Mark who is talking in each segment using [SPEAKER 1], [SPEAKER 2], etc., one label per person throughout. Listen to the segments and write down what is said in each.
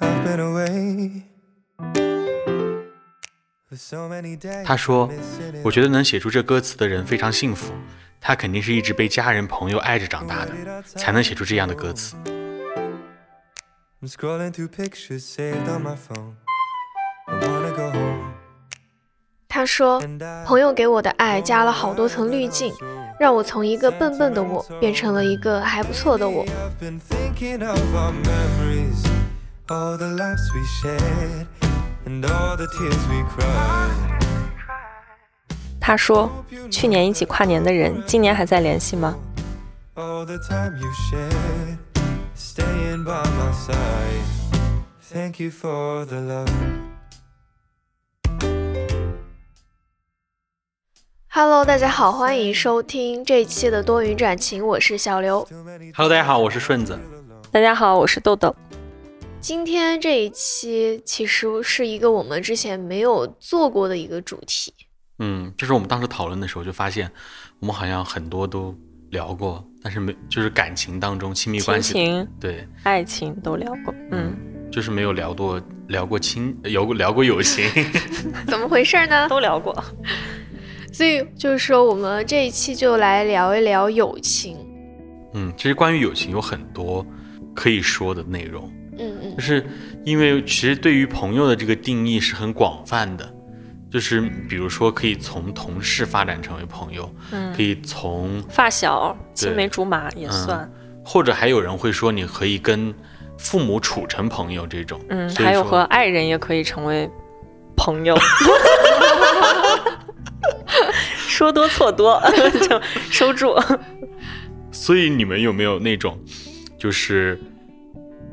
[SPEAKER 1] I've been away for so many days.
[SPEAKER 2] 他说
[SPEAKER 1] missing it
[SPEAKER 2] 我觉得能写出这歌词的人非常幸福，他肯定是一直被家人朋友爱着长大的，才能写出这样的歌词。
[SPEAKER 1] I'm scrolling through pictures saved on my phone. I wanna go home.
[SPEAKER 3] 他说
[SPEAKER 1] And I
[SPEAKER 3] 朋友给我的爱加了好多层滤镜，让我从一个笨笨的我变成了一个还不错的我。
[SPEAKER 1] I've been thinking of our memories, all the laughs we shared, and all the tears we cried.
[SPEAKER 4] 他说，去年一起跨年的人，今年还在联系吗？
[SPEAKER 1] All the time you shared, staying by my side. Thank you for the love.
[SPEAKER 3] Hello，大家好，欢迎收听这一期的多云转晴，我是小刘。
[SPEAKER 2] Hello，大家好，我是顺子。
[SPEAKER 4] 大家好，我是豆豆。
[SPEAKER 3] 今天这一期其实是一个我们之前没有做过的一个主题，
[SPEAKER 2] 嗯，就是我们当时讨论的时候就发现，我们好像很多都聊过，但是没就是感情当中亲密
[SPEAKER 4] 亲
[SPEAKER 2] 关系
[SPEAKER 4] 情、
[SPEAKER 2] 对，
[SPEAKER 4] 爱情都聊过，嗯，
[SPEAKER 2] 就是没有聊过聊过亲聊过聊过友情。
[SPEAKER 3] 怎么回事呢？
[SPEAKER 4] 都聊过。
[SPEAKER 3] 所以就是说，我们这一期就来聊一聊友情。
[SPEAKER 2] 嗯，其实关于友情有很多可以说的内容，
[SPEAKER 3] 嗯嗯
[SPEAKER 2] 就，是因为其实对于朋友的这个定义是很广泛的，就是比如说可以从同事发展成为朋友，
[SPEAKER 4] 嗯
[SPEAKER 2] 可以从
[SPEAKER 4] 发小、
[SPEAKER 2] 对嗯
[SPEAKER 4] 青梅竹马也算，
[SPEAKER 2] 或者还有人会说你可以跟父母处成朋友这种，
[SPEAKER 4] 嗯，
[SPEAKER 2] 所以
[SPEAKER 4] 还有
[SPEAKER 2] 说
[SPEAKER 4] 和爱人也可以成为朋 友。说多错多， 就收住。嗯
[SPEAKER 2] 所以你们有没有那种就是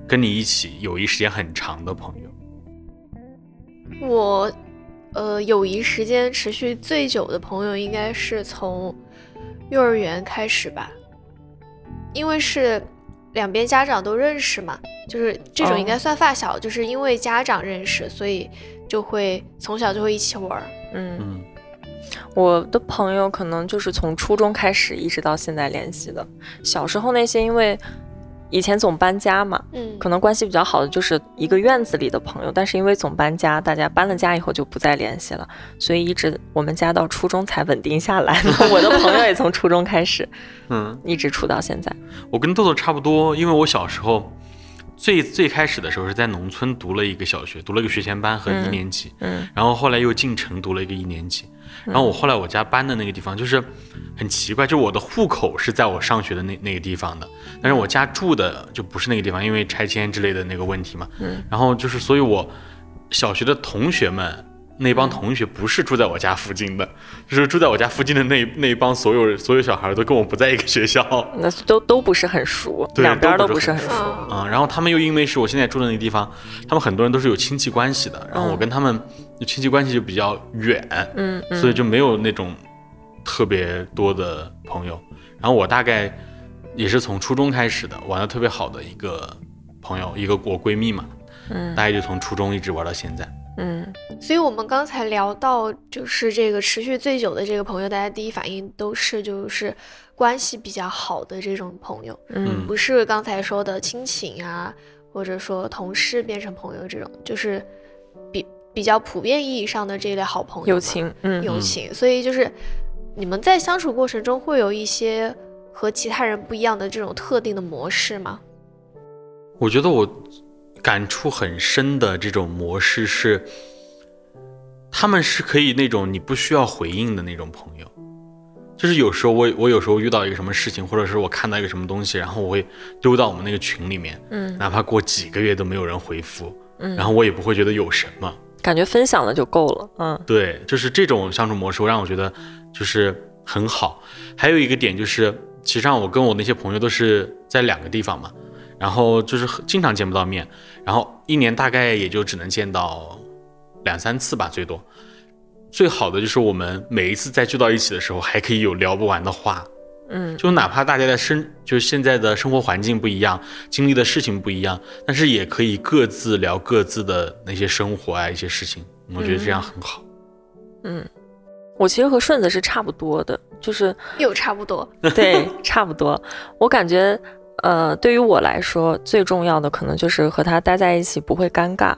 [SPEAKER 2] 跟你一起友谊时间很长的朋友？
[SPEAKER 3] 我呃，友谊时间持续最久的朋友应该是从幼儿园开始吧，因为是两边家长都认识嘛，就是这种应该
[SPEAKER 4] 哦
[SPEAKER 3] 算发小，就是因为家长认识，所以就会从小就会一起玩儿。
[SPEAKER 4] 嗯，
[SPEAKER 2] 嗯，
[SPEAKER 4] 我的朋友可能就是从初中开始一直到现在联系的。小时候那些，因为以前总搬家嘛，
[SPEAKER 3] 嗯，
[SPEAKER 4] 可能关系比较好的就是一个院子里的朋友，但是因为总搬家，大家搬了家以后就不再联系了，所以一直我们家到初中才稳定下 来。我的朋友也从初中开始
[SPEAKER 2] 嗯，
[SPEAKER 4] 一直处到 现在。
[SPEAKER 2] 我跟豆豆差不多，因为我小时候最最开始的时候是在农村读了一个小学，读了一个学前班和一
[SPEAKER 4] 嗯
[SPEAKER 2] 年级，
[SPEAKER 4] 嗯
[SPEAKER 2] 然后后来又进城读了一个一年级，然后我后来我家搬的那个地方就是很奇怪，就我的户口是在我上学的那那个地方的，但是我家住的就不是那个地方，因为拆迁之类的那个问题嘛。
[SPEAKER 4] 嗯
[SPEAKER 2] 然后就是，所以我小学的同学们那
[SPEAKER 4] 嗯
[SPEAKER 2] 帮同学不是住在我家附近的，就是住在我家附近的那那一帮所有所有小孩都跟我不在一个学校。
[SPEAKER 4] 那都都不是很熟，
[SPEAKER 2] 对
[SPEAKER 4] 两边
[SPEAKER 2] 都不
[SPEAKER 4] 不
[SPEAKER 2] 是
[SPEAKER 4] 是
[SPEAKER 2] 很
[SPEAKER 4] 很熟。
[SPEAKER 3] 啊，
[SPEAKER 2] 啊、然后他们又因为是我现在住的那个地方，他们很多人都是有亲戚关系的，然后我
[SPEAKER 4] 嗯
[SPEAKER 2] 跟他们就亲戚关系就比较远，
[SPEAKER 4] 嗯
[SPEAKER 2] 所以
[SPEAKER 4] 嗯，
[SPEAKER 2] 就没有那种特别多的朋友。然后我大概也是从初中开始的，玩的特别好的一个朋友，一个我闺蜜嘛，
[SPEAKER 4] 嗯
[SPEAKER 2] 大概就从初中一直玩到现在。
[SPEAKER 4] 嗯，
[SPEAKER 3] 所以我们刚才聊到就是这个持续最久的这个朋友，大家第一反应都是就是关系比较好的这种朋友，
[SPEAKER 4] 嗯
[SPEAKER 3] 不是刚才说的亲情啊，或者说同事变成朋友这种，就是比比较普遍意义上的这一类好朋友嘛
[SPEAKER 4] 友情，嗯
[SPEAKER 3] 友情。所以就是你们在相处过程中会有一些和其他人不一样的这种特定的模式吗？
[SPEAKER 2] 我觉得我感触很深的这种模式是，他们是可以那种你不需要回应的那种朋友。就是有时候我我有时候遇到一个什么事情，或者是我看到一个什么东西，然后我会丢到我们那个群里面，
[SPEAKER 4] 嗯
[SPEAKER 2] 哪怕过几个月都没有人回复，
[SPEAKER 4] 嗯
[SPEAKER 2] 然后我也不会觉得有什么。
[SPEAKER 4] 感觉分享了就够了。嗯
[SPEAKER 2] 对，就是这种相处模式让我觉得就是很好。还有一个点就是，其实上我跟我那些朋友都是在两个地方嘛，然后就是很经常见不到面，然后一年大概也就只能见到两三次吧，最多。最好的就是我们每一次再聚到一起的时候，还可以有聊不完的话，
[SPEAKER 4] 嗯
[SPEAKER 2] 就哪怕大家的生，就是现在的生活环境不一样，经历的事情不一样，但是也可以各自聊各自的那些生活啊，一些事情，我觉得这样很好。
[SPEAKER 4] 嗯，我其实和顺 子是差不多的，就是
[SPEAKER 3] 有差不多，
[SPEAKER 4] 对，差不多。我感觉，呃，对于我来说，最重要的可能就是和他待在一起不会尴尬，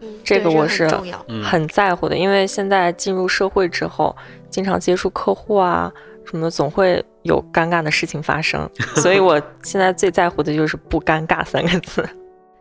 [SPEAKER 3] 嗯
[SPEAKER 4] 这个
[SPEAKER 3] 对
[SPEAKER 4] 我
[SPEAKER 3] 很
[SPEAKER 4] 是
[SPEAKER 3] 重要，
[SPEAKER 2] 嗯，
[SPEAKER 4] 很在乎的。因为现在进入社会之后，经常接触客户啊什么的，总会有尴尬的事情发生。所以我现在最在乎的就是不尴尬三个字。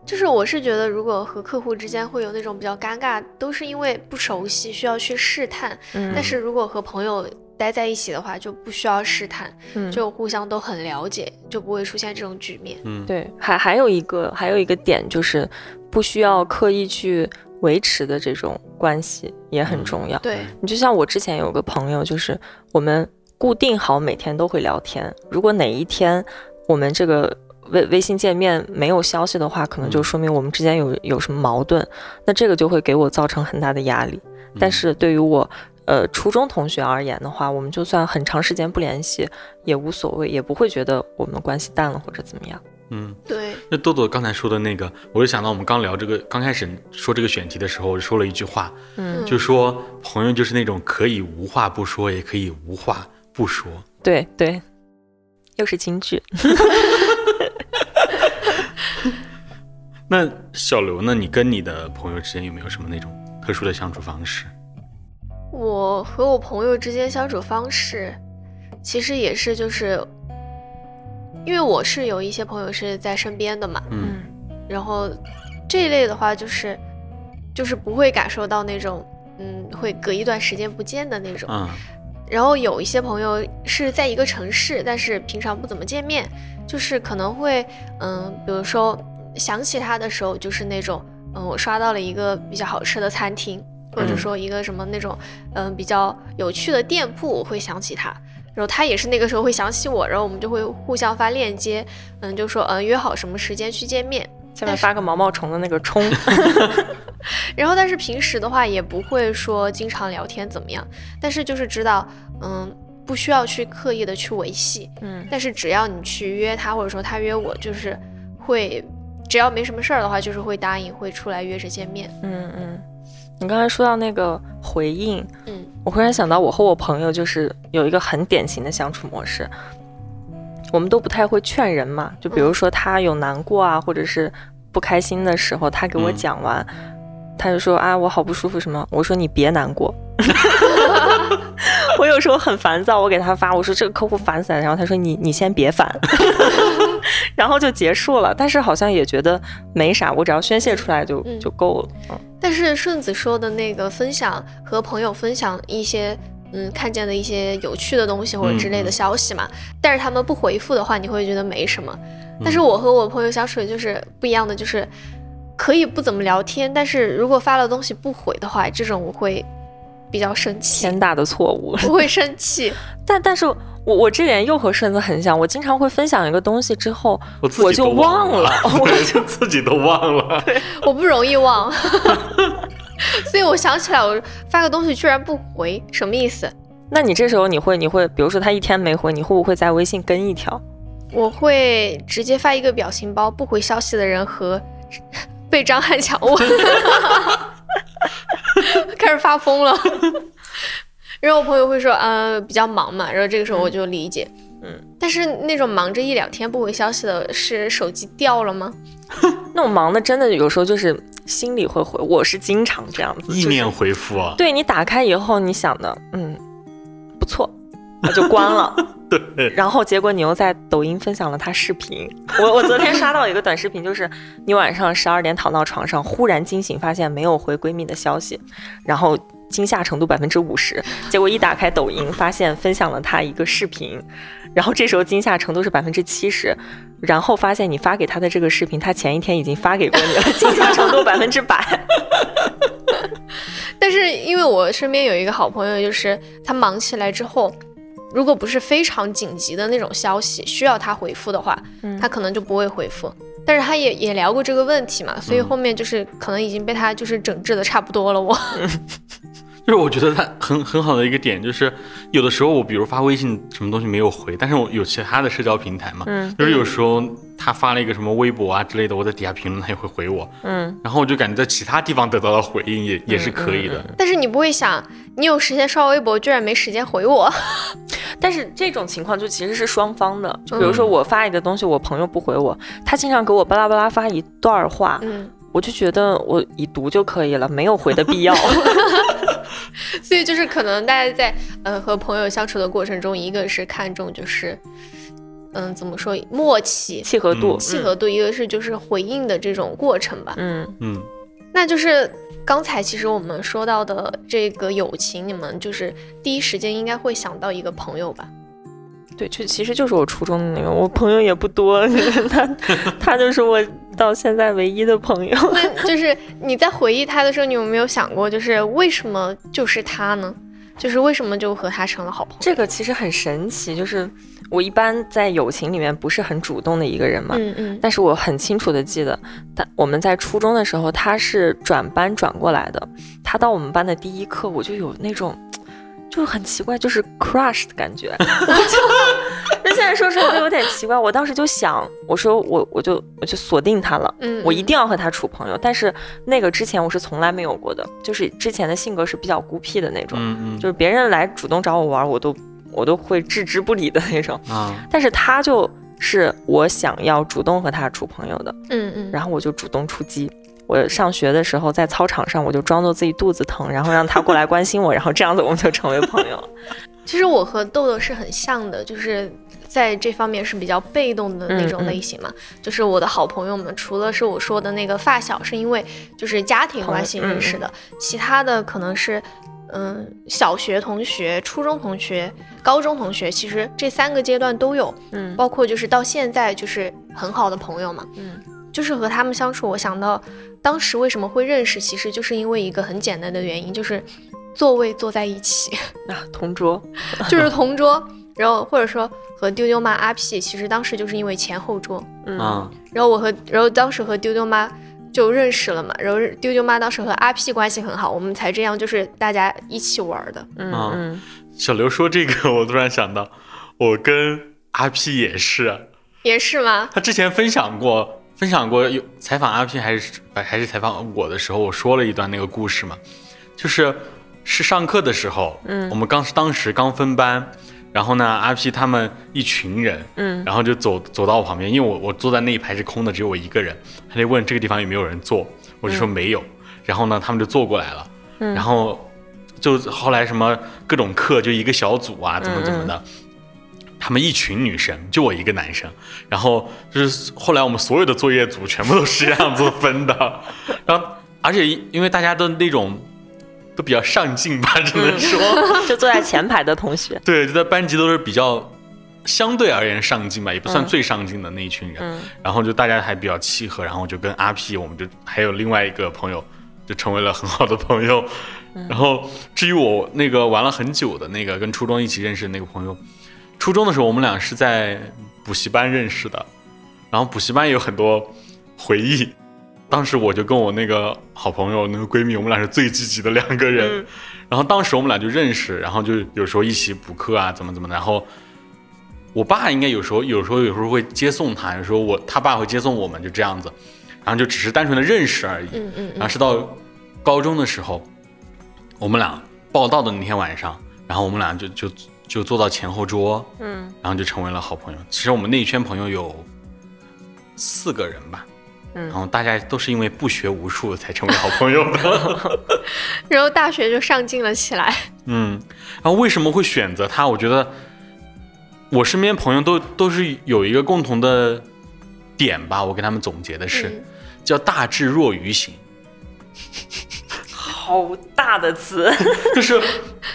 [SPEAKER 3] 就是我是觉得，如果和客户之间会有那种比较尴尬，都是因为不熟悉，需要去试探。
[SPEAKER 4] 嗯
[SPEAKER 3] 但是如果和朋友待在一起的话，就不需要试探，
[SPEAKER 4] 嗯
[SPEAKER 3] 就互相都很了解，就不会出现这种局面。
[SPEAKER 2] 嗯，
[SPEAKER 4] 对，还还有一个还有一个点就是，不需要刻意去维持的这种关系也很重要。
[SPEAKER 3] 对，
[SPEAKER 4] 你就像我之前有个朋友，就是我们固定好每天都会聊天，如果哪一天我们这个。微微信界面没有消息的话，可能就
[SPEAKER 2] 嗯
[SPEAKER 4] 说明我们之间有有什么矛盾，那这个就会给我造成很大的压力。
[SPEAKER 2] 嗯
[SPEAKER 4] 但是对于我，呃，初中同学而言的话，我们就算很长时间不联系也无所谓，也不会觉得我们关系淡了或者怎么样。
[SPEAKER 2] 嗯，
[SPEAKER 3] 对，
[SPEAKER 2] 那豆豆刚才说的那个，我就想到我们刚聊这个，刚开始说这个选题的时候，我说了一句话，
[SPEAKER 4] 嗯
[SPEAKER 2] 就说朋友就是那种可以无话不说，也可以无话不说。
[SPEAKER 4] 对对，又是京剧。
[SPEAKER 2] 那小刘呢？你跟你的朋友之间有没有什么那种特殊的相处方式？
[SPEAKER 3] 我和我朋友之间相处方式，其实也是就是，因为我是有一些朋友是在身边的嘛，
[SPEAKER 2] 嗯
[SPEAKER 3] 然后这一类的话就是，就是不会感受到那种嗯会隔一段时间不见的那种。
[SPEAKER 4] 嗯
[SPEAKER 2] 啊
[SPEAKER 3] 然后有一些朋友是在一个城市，但是平常不怎么见面，就是可能会嗯，比如说想起他的时候，就是那种嗯，我刷到了一个比较好吃的餐厅，或者
[SPEAKER 2] 嗯
[SPEAKER 3] 说一个什么那种嗯比较有趣的店铺，我会想起他。然后他也是那个时候会想起我，然后我们就会互相发链接，嗯，就说嗯约好什么时间去见面。
[SPEAKER 4] 下面发个毛毛虫的那个 冲，
[SPEAKER 3] 然后，但是平时的话也不会说经常聊天怎么样，但是就是知道，嗯，不需要去刻意的去维系，
[SPEAKER 4] 嗯，
[SPEAKER 3] 但是只要你去约他，或者说他约我，就是会，只要没什么事儿的话，就是会答应会出来约着见面。
[SPEAKER 4] 嗯嗯。你刚才说到那个回应，
[SPEAKER 3] 嗯，
[SPEAKER 4] 我忽然想到，我和我朋友就是有一个很典型的相处模式，我们都不太会劝人嘛。就比如说他有难过啊，或者是不开心的时候，他给我
[SPEAKER 2] 嗯
[SPEAKER 4] 讲完，他就说啊我好不舒服什么，我说你别难过。 我有时候很烦躁，我给他发，我说这个客户烦死了，然后他说你你先别烦， 然后就结束了。但是好像也觉得没啥，我只要宣泄出来就、
[SPEAKER 3] 嗯
[SPEAKER 4] 就够了。嗯
[SPEAKER 3] 但是顺子说的那个分享和朋友分享一些。嗯，看见的一些有趣的东西或者之类
[SPEAKER 2] 嗯
[SPEAKER 3] 的
[SPEAKER 2] 嗯
[SPEAKER 3] 消息嘛，但是他们不回复的话，你会觉得没什么。
[SPEAKER 2] 嗯
[SPEAKER 3] 但是我和我朋友相处就是不一样的，就是可以不怎么聊天，但是如果发了东西不回的话，这种我会比较生 气，
[SPEAKER 4] 天大的错误。
[SPEAKER 3] 我会生气。
[SPEAKER 4] 但但是我我这点又和顺子很像，我经常会分享一个东西之后，
[SPEAKER 2] 我自己
[SPEAKER 4] 就
[SPEAKER 2] 都
[SPEAKER 4] 忘
[SPEAKER 2] 了，
[SPEAKER 4] 我
[SPEAKER 2] 我就 自己都忘了。
[SPEAKER 3] 我不容易忘， 所以我想起来，我发个东西居然不回，什么意思？
[SPEAKER 4] 那你这时候你会你会，比如说他一天没回，你会不会在微信跟一条？
[SPEAKER 3] 我会直接发一个表情包，不回消息的人和 被张翰强吻， 开始发疯了。然后我朋友会说，呃，比较忙嘛，然后这个时候我就理解，
[SPEAKER 4] 嗯，
[SPEAKER 3] 但是那种忙着一两天不回消息的，是手机掉了吗？
[SPEAKER 4] 那种忙的真的有时候就是心里会回，我是经常这样子，
[SPEAKER 2] 意
[SPEAKER 4] 就是
[SPEAKER 2] 念回复啊，
[SPEAKER 4] 对你打开以后，你想的嗯不错，我就关了。
[SPEAKER 2] 对，
[SPEAKER 4] 然后结果你又在抖音分享了他视频。我我昨天刷到一个短视频，就是你晚上十二点躺到床上，忽然惊醒，发现没有回闺蜜的消息，然后惊吓程度百分之五十。结果一打开抖音，发现分享了她一个视频，然后这时候惊吓程度是百分之七十。然后发现你发给她的这个视频，她前一天已经发给过你了，惊吓程度百分之百。
[SPEAKER 3] 但是因为我身边有一个好朋友，就是他忙起来之后，如果不是非常紧急的那种消息需要他回复的话，
[SPEAKER 4] 嗯
[SPEAKER 3] 他可能就不会回复。但是他也也聊过这个问题嘛，所以后面就是可能已经被他就是整治的差不多了。我
[SPEAKER 2] 就是我觉得他很很好的一个点，就是有的时候我比如发微信什么东西没有回，但是我有其他的社交平台嘛，
[SPEAKER 4] 嗯
[SPEAKER 2] 就是有时候他发了一个什么微博啊之类的，我在底下评论他也会回我，
[SPEAKER 4] 嗯，
[SPEAKER 2] 然后我就感觉在其他地方得到了回应也也是可以的，
[SPEAKER 3] 但是你不会想，你有时间刷微博，居然没时间回我。
[SPEAKER 4] 但是这种情况就其实是双方的，就比如说我发一个东西，我朋友不回我，他经常给我巴拉巴拉发一段话，
[SPEAKER 3] 嗯，
[SPEAKER 4] 我就觉得我已读就可以了，没有回的 必要。
[SPEAKER 3] 所以就是可能大家在呃和朋友相处的过程中，一个是看重就是嗯怎么说默契、
[SPEAKER 4] 契合度，
[SPEAKER 3] 嗯契合度，一个是就是回应的这种过程吧。
[SPEAKER 4] 嗯，
[SPEAKER 2] 嗯，
[SPEAKER 3] 那就是刚才其实我们说到的这个友情，你们就是第一时间应该会想到一个朋友吧？
[SPEAKER 4] 对，就其实就是我初中的那个，我朋友也不多， 他他就是我到现在唯一的 朋友。
[SPEAKER 3] 那就是你在回忆他的时候，你有没有想过，就是为什么就是他呢？就是为什么就和他成了好朋友？
[SPEAKER 4] 这个其实很神奇，就是我一般在友情里面不是很主动的一个人嘛，
[SPEAKER 3] 嗯嗯
[SPEAKER 4] 但是我很清楚的记得，他我们在初中的时候，他是转班转过来的。他到我们班的第一课，我就有那种，就是很奇怪，就是 crush 的感觉。 就现在说出来都有点奇怪。我当时就想，我说我我就我就锁定他了，
[SPEAKER 3] 嗯，
[SPEAKER 4] 我一定要和他处朋友。但是那个之前我是从来没有过的，就是之前的性格是比较孤僻的那种，
[SPEAKER 2] 嗯
[SPEAKER 4] 就是别人来主动找我玩，我都我都会置之不理的那种。
[SPEAKER 2] 嗯啊，
[SPEAKER 4] 但是他就是我想要主动和他处朋友的，
[SPEAKER 3] 嗯嗯，
[SPEAKER 4] 然后我就主动出击。我上学的时候在操场上，我就装作自己肚子疼，然后让他过来关心我，然后这样子我们就成为朋友了。
[SPEAKER 3] 其实我和豆豆是很像的，就是在这方面是比较被动的那种
[SPEAKER 4] 嗯
[SPEAKER 3] 类型嘛。就是我的好朋友们，除了是我说的那个发小，是因为就是家庭关系认
[SPEAKER 4] 嗯
[SPEAKER 3] 识的，其他的可能是。嗯，小学同学、初中同学、高中同学，其实这三个阶段都有，
[SPEAKER 4] 嗯
[SPEAKER 3] 包括就是到现在就是很好的朋友嘛，
[SPEAKER 4] 嗯，
[SPEAKER 3] 就是和他们相处，我想到当时为什么会认识，其实就是因为一个很简单的原因，就是座位坐在一起，
[SPEAKER 4] 啊，同桌，
[SPEAKER 3] 就是同桌，然后或者说和丢丢妈阿 P，其实当时就是因为前后桌，
[SPEAKER 4] 嗯，
[SPEAKER 2] 啊，
[SPEAKER 3] 然后我和然后当时和丢丢妈就认识了嘛，然后丢丢妈当时和阿 P 关系很好，我们才这样就是大家一起玩儿的。
[SPEAKER 4] 嗯
[SPEAKER 2] 啊
[SPEAKER 4] 嗯，
[SPEAKER 2] 小刘说这个，我突然想到，我跟阿 P 也是，啊
[SPEAKER 3] 也是吗？
[SPEAKER 2] 他之前分享过，分享过有采访阿 P 还是呃还是采访我的时候，我说了一段那个故事嘛，就是是上课的时候，嗯，我们刚当时刚分班，然后呢，阿 P 他们一群人，
[SPEAKER 4] 嗯，
[SPEAKER 2] 然后就走走到我旁边，因为我我坐在那一排是空的，只有我一个人，他就问这个地方有没有人坐，我就说没有，然后呢，他们就坐过来了，
[SPEAKER 4] 嗯
[SPEAKER 2] 然后就后来什么各种课就一个小组
[SPEAKER 4] 嗯
[SPEAKER 2] 啊，怎么怎么的。他们一群女生，就我一个男生，然后就是后来我们所有的作业组全部都是这样子分的， 然后而且因为大家都那种都比较上进吧，只能说，
[SPEAKER 4] 就坐在前排的同学，
[SPEAKER 2] 对，就在班级都是比较相对而言上进吧，也不算
[SPEAKER 4] 嗯
[SPEAKER 2] 最上进的那一群人。
[SPEAKER 4] 嗯
[SPEAKER 2] 然后就大家还比较契合，然后就跟阿 P，我们就还有另外一个朋友，就成为了很好的朋友。
[SPEAKER 4] 嗯
[SPEAKER 2] 然后至于我那个玩了很久的那个跟初中一起认识的那个朋友，初中的时候我们俩是在补习班认识的，然后补习班也有很多回忆。当时我就跟我那个好朋友那个闺蜜，我们俩是最积极的两个人。
[SPEAKER 4] 嗯
[SPEAKER 2] 然后当时我们俩就认识，然后就有时候一起补课啊，怎么怎么的。然后我爸应该有时候有时候有时候会接送他，有时候我他爸会接送我们，就这样子。然后就只是单纯的认识而已。
[SPEAKER 3] 嗯嗯
[SPEAKER 2] 然后是到高中的时候，我们俩报到的那天晚上，然后我们俩就就就坐到前后桌，
[SPEAKER 4] 嗯
[SPEAKER 2] 然后就成为了好朋友。其实我们那一圈朋友有四个人吧，
[SPEAKER 4] 嗯
[SPEAKER 2] 然后大家都是因为不学无术才成为好朋友的。
[SPEAKER 3] 然后大学就上进了起来。
[SPEAKER 2] 嗯，然后为什么会选择他？我觉得我身边朋友都都是有一个共同的点吧，我跟他们总结的是、
[SPEAKER 3] 嗯
[SPEAKER 2] 叫大智若愚型。
[SPEAKER 4] 好大的词，
[SPEAKER 2] 就是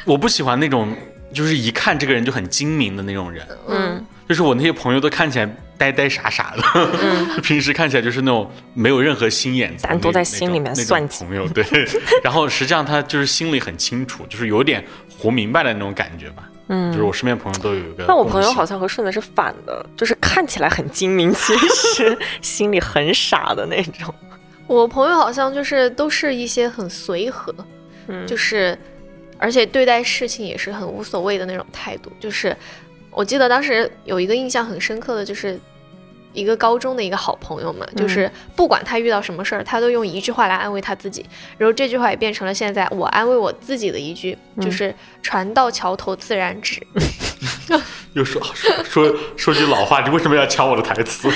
[SPEAKER 2] 我不喜欢那种，就是一看这个人就很精明的那种人。
[SPEAKER 4] 嗯
[SPEAKER 2] 就是我那些朋友都看起来呆呆傻傻的， 平时看起来就是那种没有任何心眼子的那，
[SPEAKER 4] 咱都嗯在心里面
[SPEAKER 2] 那种
[SPEAKER 4] 算计
[SPEAKER 2] 那种朋友对。 然后实际上他就是心里很清楚，就是有点活明白的那种感觉吧。
[SPEAKER 4] 嗯
[SPEAKER 2] 就是我身边朋友都有一个共性。
[SPEAKER 4] 那我朋友好像和顺子是反的，就是看起来很精明，其实心里很傻的那种。
[SPEAKER 3] 我朋友好像就是都是一些很随和，
[SPEAKER 4] 嗯
[SPEAKER 3] 就是而且对待事情也是很无所谓的那种态度。就是我记得当时有一个印象很深刻的就是。一个高中的一个好朋友嘛，就是不管他遇到什么事儿，他都用一句话来安慰他自己，然后这句话也变成了现在我安慰我自己的一句，就是“船到桥头自然直”，
[SPEAKER 2] 又说说说说句老话，你为什么要抢我的台 词？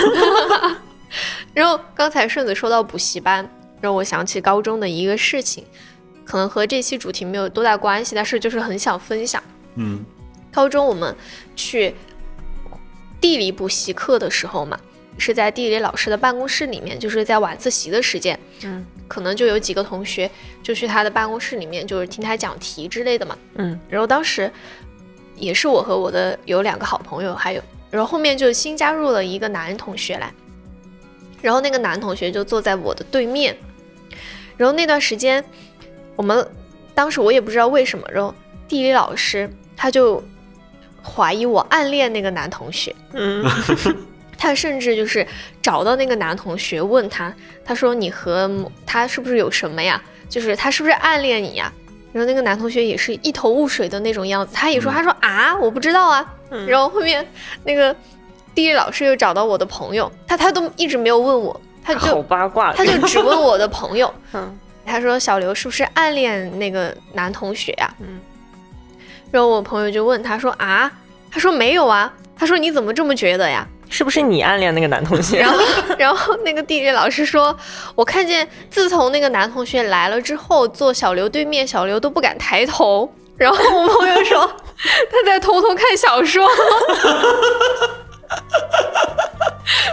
[SPEAKER 3] 然后刚才顺子说到补习班，让我想起高中的一个事情，可能和这期主题没有多大关系，但是就是很想分享。
[SPEAKER 2] 嗯
[SPEAKER 3] 高中我们去地理补习课的时候嘛，是在地理老师的办公室里面，就是在晚自习的时间，
[SPEAKER 4] 嗯，
[SPEAKER 3] 可能就有几个同学就去他的办公室里面，就是听他讲题之类的嘛。
[SPEAKER 4] 嗯，
[SPEAKER 3] 然后当时也是我和我的有两个好朋友，还有然后后面就新加入了一个男同学来，然后那个男同学就坐在我的对面，然后那段时间我们当时我也不知道为什么，然后地理老师他就怀疑我暗恋那个男同学，
[SPEAKER 4] 嗯，
[SPEAKER 3] 他甚至就是找到那个男同学问他，他说你和某他是不是有什么呀？就是他是不是暗恋你呀？然后那个男同学也是一头雾水的那种样子，他也说
[SPEAKER 2] 嗯
[SPEAKER 3] 他说啊我不知道啊。
[SPEAKER 4] 嗯
[SPEAKER 3] 然后后面那个地理老师又找到我的朋友，他他都一直没有问我，他
[SPEAKER 4] 好
[SPEAKER 3] 就
[SPEAKER 4] 八卦，
[SPEAKER 3] 他就只问我的朋友，
[SPEAKER 4] 嗯
[SPEAKER 3] 他说小刘是不是暗恋那个男同学呀、
[SPEAKER 4] 嗯
[SPEAKER 3] 然后我朋友就问他说啊，他说没有啊，他说你怎么这么觉得呀？
[SPEAKER 4] 是不是你暗恋那个男同学？
[SPEAKER 3] 然后 然后那个地理老师说，我看见自从那个男同学来了之后，坐小刘对面，小刘都不敢抬头。 然后我朋友说他在偷偷看小说。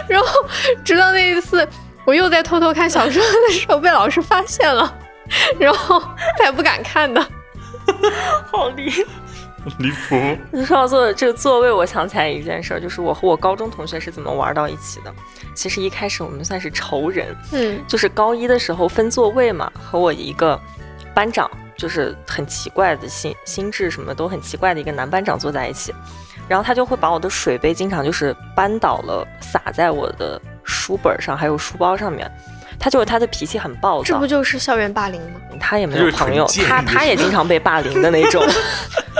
[SPEAKER 3] 然后直到那一次，我又在偷偷看小说的时候被老师发现了， 然后才不敢看的。
[SPEAKER 4] 好厉害。
[SPEAKER 2] 离谱。
[SPEAKER 4] 你说到座这个座位，我想起来一件事儿，就是我和我高中同学是怎么玩到一起的。其实一开始我们算是仇人，
[SPEAKER 3] 嗯
[SPEAKER 4] 就是高一的时候分座位嘛，和我一个班长，就是很奇怪的心心智什么都很奇怪的一个男班长坐在一起，然后他就会把我的水杯经常就是扳倒了，洒在我的书本上还有书包上面。他就是他的脾气很暴躁，
[SPEAKER 3] 这不就是校园霸凌吗？
[SPEAKER 4] 他也没有朋友
[SPEAKER 2] 他就是纯，
[SPEAKER 4] 他
[SPEAKER 2] 贱
[SPEAKER 4] 他也经常被霸凌的那 种，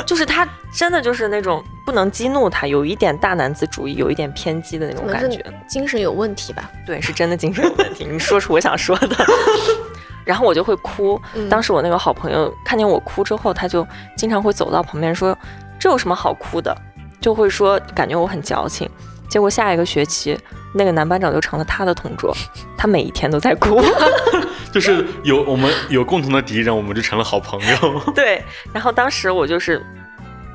[SPEAKER 4] 就是他真的就是那种不能激怒他，有一点大男子主义，有一点偏激的那种
[SPEAKER 3] 可能
[SPEAKER 4] 感
[SPEAKER 3] 是
[SPEAKER 4] 觉。
[SPEAKER 3] 精神有问题吧？
[SPEAKER 4] 对，是真的精神有问题。你说出我想说 的，然后我就会哭。
[SPEAKER 3] 嗯
[SPEAKER 4] 当时我那个好朋友看见我哭之后，他就经常会走到旁边说：“这有什么好哭的？”就会说感觉我很矫情。结果下一个学期，那个男班长就成了他的同桌，他每一天都在哭。
[SPEAKER 2] 就是有我们有共同的敌人，我们就成了好朋友。
[SPEAKER 4] 对，然后当时我就是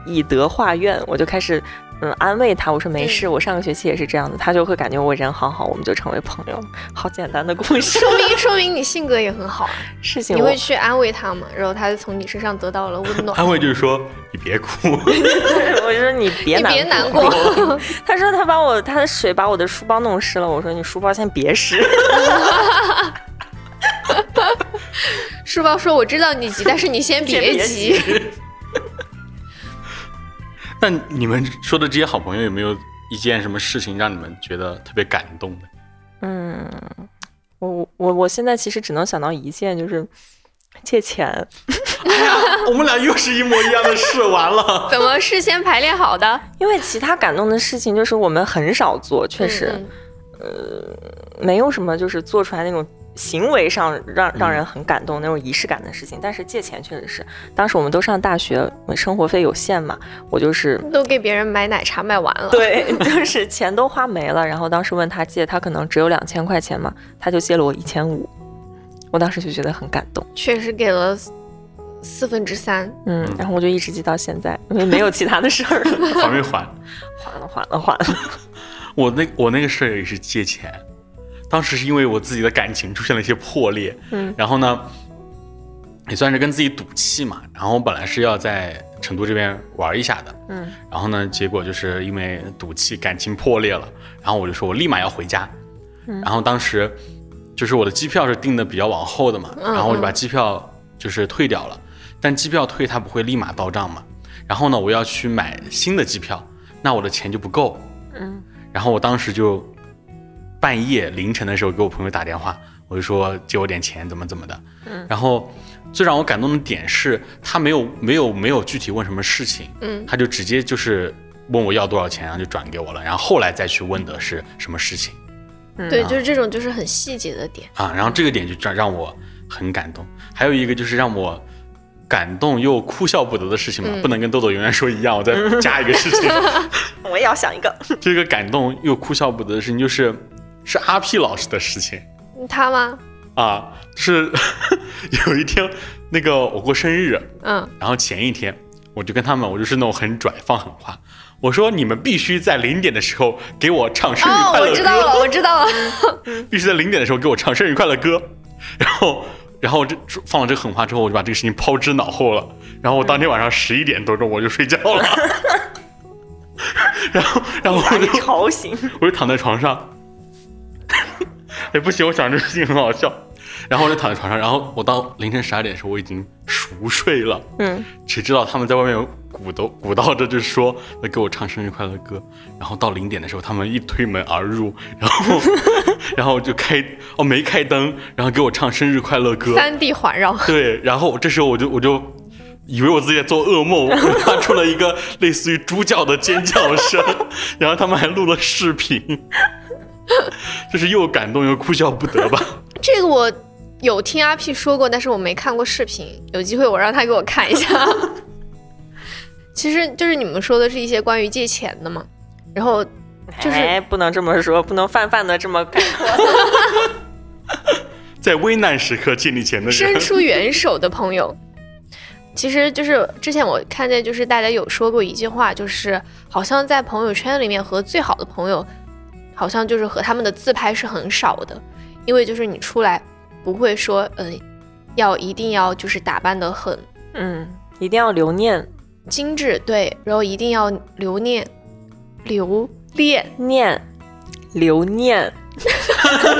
[SPEAKER 4] 以德化怨，我就开始嗯安慰他，我说没事，我上个学期也是这样的，他就会感觉我人好好，我们就成为朋友。好简单的故 事，
[SPEAKER 3] 说明说明你性格也很好啊。
[SPEAKER 4] 事情
[SPEAKER 3] 你
[SPEAKER 4] 我
[SPEAKER 3] 会去安慰他吗？然后他就从你身上得到了温暖。
[SPEAKER 2] 安慰就是说你别 哭，
[SPEAKER 4] 我就说你别
[SPEAKER 3] 你别
[SPEAKER 4] 难
[SPEAKER 3] 难过，
[SPEAKER 4] 他说他把我他的水把我的书包弄湿了，我说你书包先别湿，
[SPEAKER 3] 书包说我知道你急，但是你先别
[SPEAKER 4] 别
[SPEAKER 3] 急。
[SPEAKER 2] 那你们说的这些好朋友有没有一件什么事情让你们觉得特别感动的？
[SPEAKER 4] 嗯。我我我现在其实只能想到一件，就是借钱。
[SPEAKER 2] 哎我们俩又是一模一样的事，完 了。
[SPEAKER 3] 怎么事先排练好的？
[SPEAKER 4] 因为其他感动的事情就是我们很少做，确实，
[SPEAKER 3] 嗯嗯
[SPEAKER 4] 没有什么就是做出来那种行为上让让
[SPEAKER 2] 嗯
[SPEAKER 4] 人很感动那种仪式感的事情，但是借钱确实是，当时我们都上大学，生活费有限嘛，我就是。
[SPEAKER 3] 嗯都给别人买奶茶买完了。
[SPEAKER 4] 对， 就是钱都花没了，然后当时问他借，他可能只有两千块钱嘛，他就借了我一千五，我当时就觉得很感动，
[SPEAKER 3] 确实给了四四分之三。
[SPEAKER 4] 嗯，然后我就一直记到现在，因为没有其他的事儿 了，
[SPEAKER 2] 还没还？
[SPEAKER 4] 还了还了还了，
[SPEAKER 2] 我那我那个室友也是借钱，当时是因为我自己的感情出现了一些破裂，
[SPEAKER 4] 嗯，
[SPEAKER 2] 然后呢，也算是跟自己赌气嘛。然后我本来是要在成都这边玩一下的，
[SPEAKER 4] 嗯，
[SPEAKER 2] 然后呢，结果就是因为赌气，感情破裂了，然后我就说我立马要回家，
[SPEAKER 4] 嗯
[SPEAKER 2] 然后当时就是我的机票是订的比较往后的嘛，
[SPEAKER 4] 嗯
[SPEAKER 2] 然后我就把机票就是退掉了，但机票退它不会立马到账嘛，然后呢，我要去买新的机票，那我的钱就不够，
[SPEAKER 4] 嗯，
[SPEAKER 2] 然后我当时就半夜凌晨的时候给我朋友打电话，我就说借我点钱，怎么怎么的。嗯，然后最让我感动的点是他没有没有没有具体问什么事情，
[SPEAKER 3] 嗯，
[SPEAKER 2] 他就直接就是问我要多少钱，然后就转给我了，然后后来再去问的是什么事情
[SPEAKER 3] 对，就是这种就是很细节的点。
[SPEAKER 2] 啊，然后这个点就让让我很感动。还有一个就是让我感动又哭笑不得的事情嘛，
[SPEAKER 3] 嗯
[SPEAKER 2] 不能跟豆豆永远说一样，我 再加一个事情。
[SPEAKER 4] 我也要想 一个。
[SPEAKER 2] 这个感动又哭笑不得的事情，就是是阿 P 老师的事情
[SPEAKER 3] 他吗？
[SPEAKER 2] 啊，是 有一天那个我过生日，
[SPEAKER 3] 嗯
[SPEAKER 2] 然后前一天我就跟他们，我就是那种很拽放狠话，我说你们必须在零点的时候给我唱生日
[SPEAKER 3] 哦，
[SPEAKER 2] 快乐歌，
[SPEAKER 3] 我知道了，我知道了。
[SPEAKER 2] 必须在零点的时候给我唱生日快乐歌，然后。然后这放了这个狠话之后，我就把这个事情抛之脑后了。然后我当天晚上十一点多钟我就睡觉 了，然后然后
[SPEAKER 4] 把
[SPEAKER 2] 我
[SPEAKER 4] 你
[SPEAKER 2] 就
[SPEAKER 4] 吵醒，
[SPEAKER 2] 我就躺在床上， 哎，不行，我想这事情很好笑。然后我就躺在床上，然后我到凌晨十二点的时候，我已经熟睡了。
[SPEAKER 4] 嗯，
[SPEAKER 2] 谁知道他们在外面鼓捣鼓捣着，就是说要给我唱生日快乐歌。然后到零点的时候，他们一推门而入，然后 然后就开哦没开灯，然后给我唱生日快乐歌。
[SPEAKER 3] 三 D 环绕，
[SPEAKER 2] 对，然后这时候我就我就以为我自己在做噩梦，我发出了一 个类似于猪叫的尖叫声，然后他们还录了视频， 就是又感动又哭笑不得吧。
[SPEAKER 3] 这个我有听阿 P 说过，但是我没看过视频。有机会我让他给我看一下。其实就是你们说的是一些关于借钱的嘛，然后就是
[SPEAKER 4] 哎，不能这么说，不能泛泛的这么概括。
[SPEAKER 2] 在危难时刻借你钱的人
[SPEAKER 3] 伸，出援手的朋友。其实就是之前我看见，就是大家有说过一句话，就是好像在朋友圈里面和最好的朋友，好像就是和他们的自拍是很少的，因为就是你出来不会说，嗯、要一定要就是打扮的很
[SPEAKER 4] 嗯，一定要留念
[SPEAKER 3] 精致，对，然后一定要留念留恋，
[SPEAKER 4] 念留念，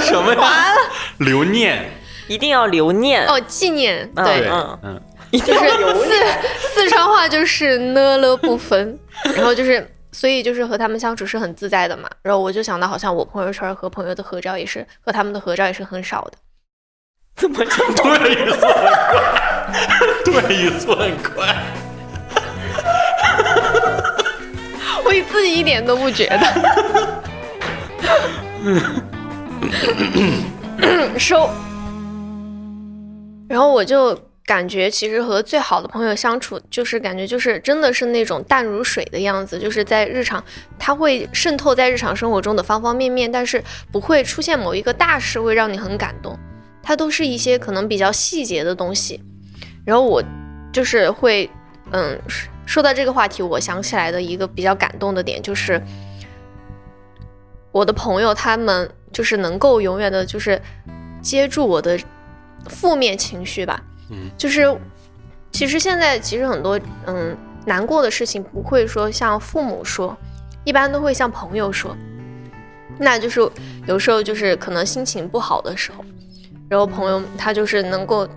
[SPEAKER 2] 什么呀？留念，
[SPEAKER 4] 一定要留念。
[SPEAKER 3] 哦，纪念，
[SPEAKER 4] 嗯
[SPEAKER 3] 对，
[SPEAKER 2] 嗯嗯，
[SPEAKER 3] 就是四四川话就是呢了不分，然后就是所以就是和他们相处是很自在的嘛。然后我就想到，好像我朋友圈和朋友的合照也是和他们的合照也是很少的。
[SPEAKER 4] 怎么这么
[SPEAKER 2] 对语速很快，对语速很快。
[SPEAKER 3] 我自己一点都不觉得。收。然后我就感觉，其实和最好的朋友相处，就是感觉就是真的是那种淡如水的样子，就是在日常，它会渗透在日常生活中的方方面面，但是不会出现某一个大事会让你很感动，它都是一些可能比较细节的东西。然后我就是会，嗯，说说到这个话题，我想起来的一个比较感动的点就是，我的朋友他们就是能够永远的，就是接住我的负面情绪吧。
[SPEAKER 2] 嗯，
[SPEAKER 3] 就是其实现在其实很多嗯难过的事情不会说向父母说，一般都会向朋友说。那就是有时候就是可能心情不好的时候，然后朋友他就是能够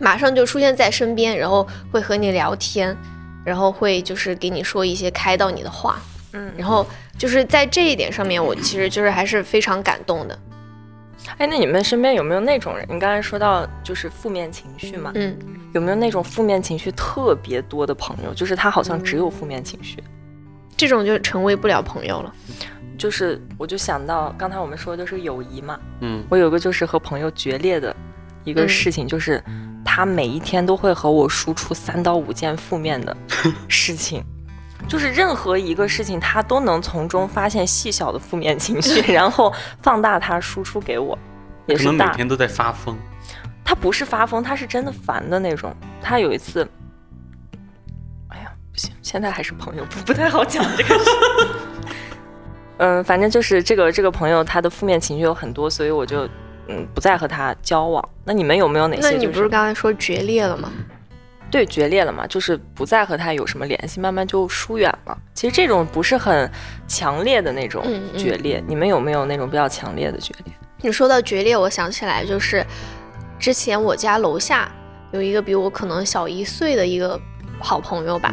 [SPEAKER 3] 马上就出现在身边，然后会和你聊天，然后会就是给你说一些开导你的话，
[SPEAKER 4] 嗯
[SPEAKER 3] 然后就是在这一点上面，我其实就是还是非常感动的，
[SPEAKER 4] 哎，那你们身边有没有那种人？你刚才说到就是负面情绪嘛，
[SPEAKER 3] 嗯，
[SPEAKER 4] 有没有那种负面情绪特别多的朋友？就是他好像只有负面情绪。
[SPEAKER 3] 这种就成为不了朋友了，
[SPEAKER 4] 就是我就想到刚才我们说的就是友谊嘛，
[SPEAKER 2] 嗯，
[SPEAKER 4] 我有个就是和朋友决裂的一个事情，就是他每一天都会和我输出三到五件负面 的事情，就是任何一个事情他都能从中发现细小的负面情 绪，然后放大它输出给我，也
[SPEAKER 2] 可能
[SPEAKER 4] 是
[SPEAKER 2] 每
[SPEAKER 4] 大。
[SPEAKER 2] 天都在发疯，
[SPEAKER 4] 他不是发疯，他是真的烦的那种。他有一次，哎呀，不行，现在还是朋友，不不太好讲这个事。 嗯，反正就是这个这个朋友，他的负面情绪有很多，所以我就嗯不再和他交往。那你们有没有哪些、就
[SPEAKER 3] 那你不是刚才说决裂了吗？
[SPEAKER 4] 对决裂了嘛？就是不再和他有什么联系，慢慢就疏远了。其实这种不是很强烈的那种
[SPEAKER 3] 嗯嗯
[SPEAKER 4] 决裂，你们有没有那种比较强烈的决裂？
[SPEAKER 3] 你说到决裂，我想起来就是之前我家楼下有一个比我可能小一岁的一个好朋友吧，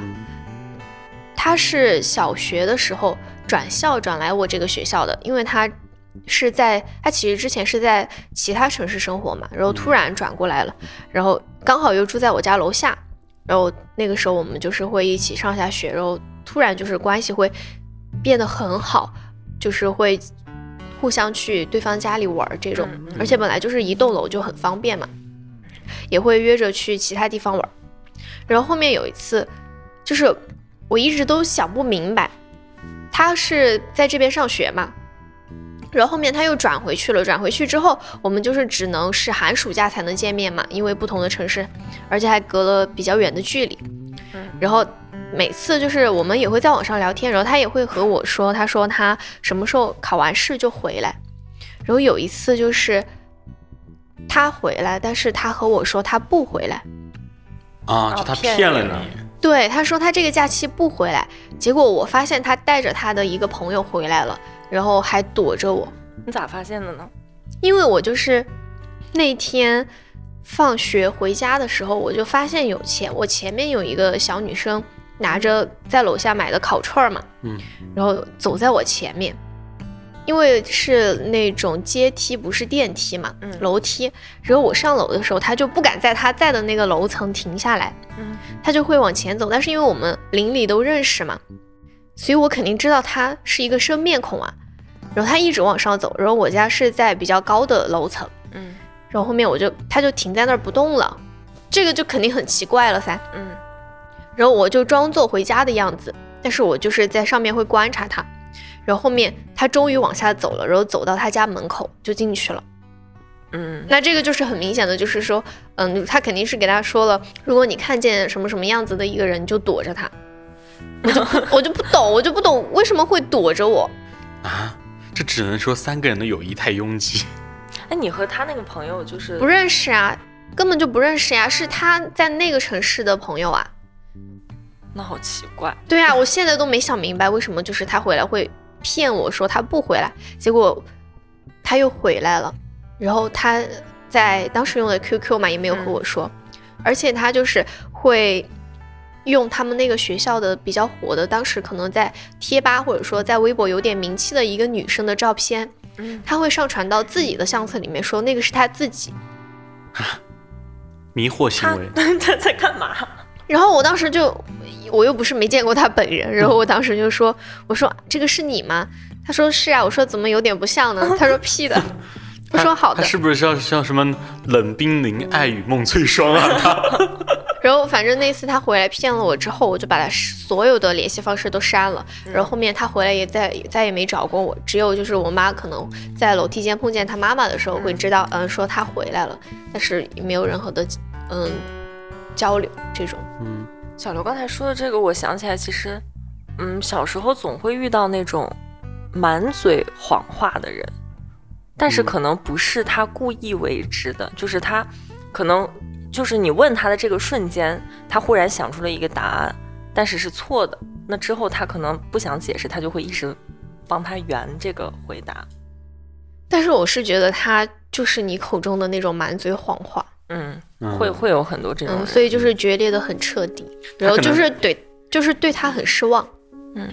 [SPEAKER 3] 他是小学的时候转校转来我这个学校的，因为他是在他其实之前是在其他城市生活嘛，然后突然转过来了，然后刚好又住在我家楼下，然后那个时候我们就是会一起上下学，然后突然就是关系会变得很好，就是会互相去对方家里玩儿这种，而且本来就是一栋楼就很方便嘛，也会约着去其他地方玩儿。然后后面有一次，就是我一直都想不明白，他是在这边上学嘛，然后后面他又转回去了，转回去之后，我们就是只能是寒暑假才能见面嘛，因为不同的城市，而且还隔了比较远的距离。然后每次就是我们也会在网上聊天，然后他也会和我说，他说他什么时候考完试就回来。然后有一次就是他回来，但是他和我说他不回来，
[SPEAKER 2] 啊，
[SPEAKER 4] 哦
[SPEAKER 2] 就他
[SPEAKER 4] 骗
[SPEAKER 2] 骗了
[SPEAKER 4] 人了
[SPEAKER 2] 你，
[SPEAKER 3] 对，他说他这个假期不回来，结果我发现他带着他的一个朋友回来了，然后还躲着我，
[SPEAKER 4] 你咋发现的呢？
[SPEAKER 3] 因为我就是那天放学回家的时候，我就发现有前我前面有一个小女生拿着在楼下买的烤串儿嘛，
[SPEAKER 2] 嗯，
[SPEAKER 3] 然后走在我前面，因为是那种阶梯，不是电梯嘛，
[SPEAKER 4] 嗯
[SPEAKER 3] 楼梯。然后我上楼的时候，她就不敢在她在的那个楼层停下来，
[SPEAKER 4] 嗯，
[SPEAKER 3] 她就会往前走。但是因为我们邻里都认识嘛，所以我肯定知道她是一个生面孔啊。然后她一直往上走，然后我家是在比较高的楼层，
[SPEAKER 4] 嗯
[SPEAKER 3] 然后后面我就她就停在那儿不动了，这个就肯定很奇怪了噻。
[SPEAKER 4] 嗯
[SPEAKER 3] 然后我就装作回家的样子，但是我就是在上面会观察他。然后后面他终于往下走了，然后走到他家门口就进去了。
[SPEAKER 4] 嗯
[SPEAKER 3] 那这个就是很明显的，就是说，嗯，他肯定是给他说了，如果你看见什么什么样子的一个人，你就躲着他。我就不我就不懂，我就不懂为什么会躲着我。
[SPEAKER 2] 啊，这只能说三个人的友谊太拥挤。
[SPEAKER 4] 哎，你和他那个朋友就是
[SPEAKER 3] 不认识啊，根本就不认识呀、是他在那个城市的朋友啊。
[SPEAKER 4] 那好奇怪。
[SPEAKER 3] 对啊，我现在都没想明白为什么就是他回来会骗我说他不回来，结果他又回来了，然后他在当时用的 QQ 嘛也没有和我说，而且他就是会用他们那个学校的比较火的，当时可能在贴吧或者说在微博有点名气的一个女生的照片，
[SPEAKER 4] 嗯，
[SPEAKER 3] 他会上传到自己的相册里面说那个是他自己，
[SPEAKER 2] 迷惑行
[SPEAKER 4] 他
[SPEAKER 2] 为
[SPEAKER 4] 他 在干嘛？
[SPEAKER 3] 然后我当时就，我又不是没见过他本人，
[SPEAKER 2] 嗯
[SPEAKER 3] 然后我当时就说，我说这个是你吗？他说是啊，我说怎么有点不像呢？他说屁的，
[SPEAKER 2] 嗯
[SPEAKER 3] 我
[SPEAKER 2] 他
[SPEAKER 3] 说好
[SPEAKER 2] 他
[SPEAKER 3] 的，
[SPEAKER 2] 是不是像像什么冷冰凌、爱与梦翠霜啊？他
[SPEAKER 3] 然后反正那次他回来骗了我之后，我就把他所有的联系方式都删了。
[SPEAKER 2] 嗯
[SPEAKER 3] 然后后面他回来也再也再也没找过我，只有就是我妈可能在楼梯间碰见他妈妈的时候会知道，嗯，说他回来了，但是也没有任何的嗯交流这种。
[SPEAKER 2] 嗯，
[SPEAKER 4] 小刘刚才说的这个，我想起来，其实，嗯，小时候总会遇到那种满嘴谎话的人，但是
[SPEAKER 2] 嗯
[SPEAKER 4] 可能不是他故意为之的，就是他可能就是你问他的这个瞬间，他忽然想出了一个答案，但是是错的。那之后他可能不想解释，他就会一直帮他圆这个回答。
[SPEAKER 3] 但是我是觉得他就是你口中的那种满嘴谎话。
[SPEAKER 4] 嗯，
[SPEAKER 2] 嗯
[SPEAKER 4] 会会有很多这种
[SPEAKER 3] 嗯，
[SPEAKER 4] 人，
[SPEAKER 3] 所以就是决裂的很彻底，然后
[SPEAKER 2] 可能
[SPEAKER 3] 就是对，就是对他很失望。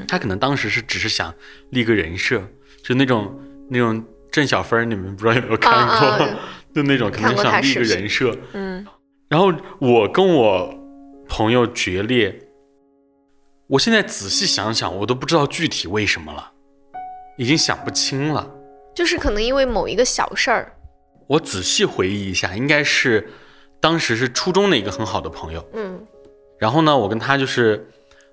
[SPEAKER 2] 他可能当时是只是想立个人设，就那种那种郑小芬儿，你们不知道有没有看过？
[SPEAKER 3] 啊啊
[SPEAKER 2] 就那种可
[SPEAKER 3] 看
[SPEAKER 2] 能
[SPEAKER 3] 过他
[SPEAKER 2] 想立
[SPEAKER 3] 视
[SPEAKER 2] 个
[SPEAKER 3] 频
[SPEAKER 2] 人设。
[SPEAKER 4] 嗯
[SPEAKER 2] 然后我跟我朋友决裂，我现在仔细想想，我都不知道具体为什么了，已经想不清了。
[SPEAKER 3] 就是可能因为某一个小事儿，
[SPEAKER 2] 我仔细回忆一下，应该是当时是初中的一个很好的朋友，
[SPEAKER 3] 嗯
[SPEAKER 2] 然后呢，我跟他就是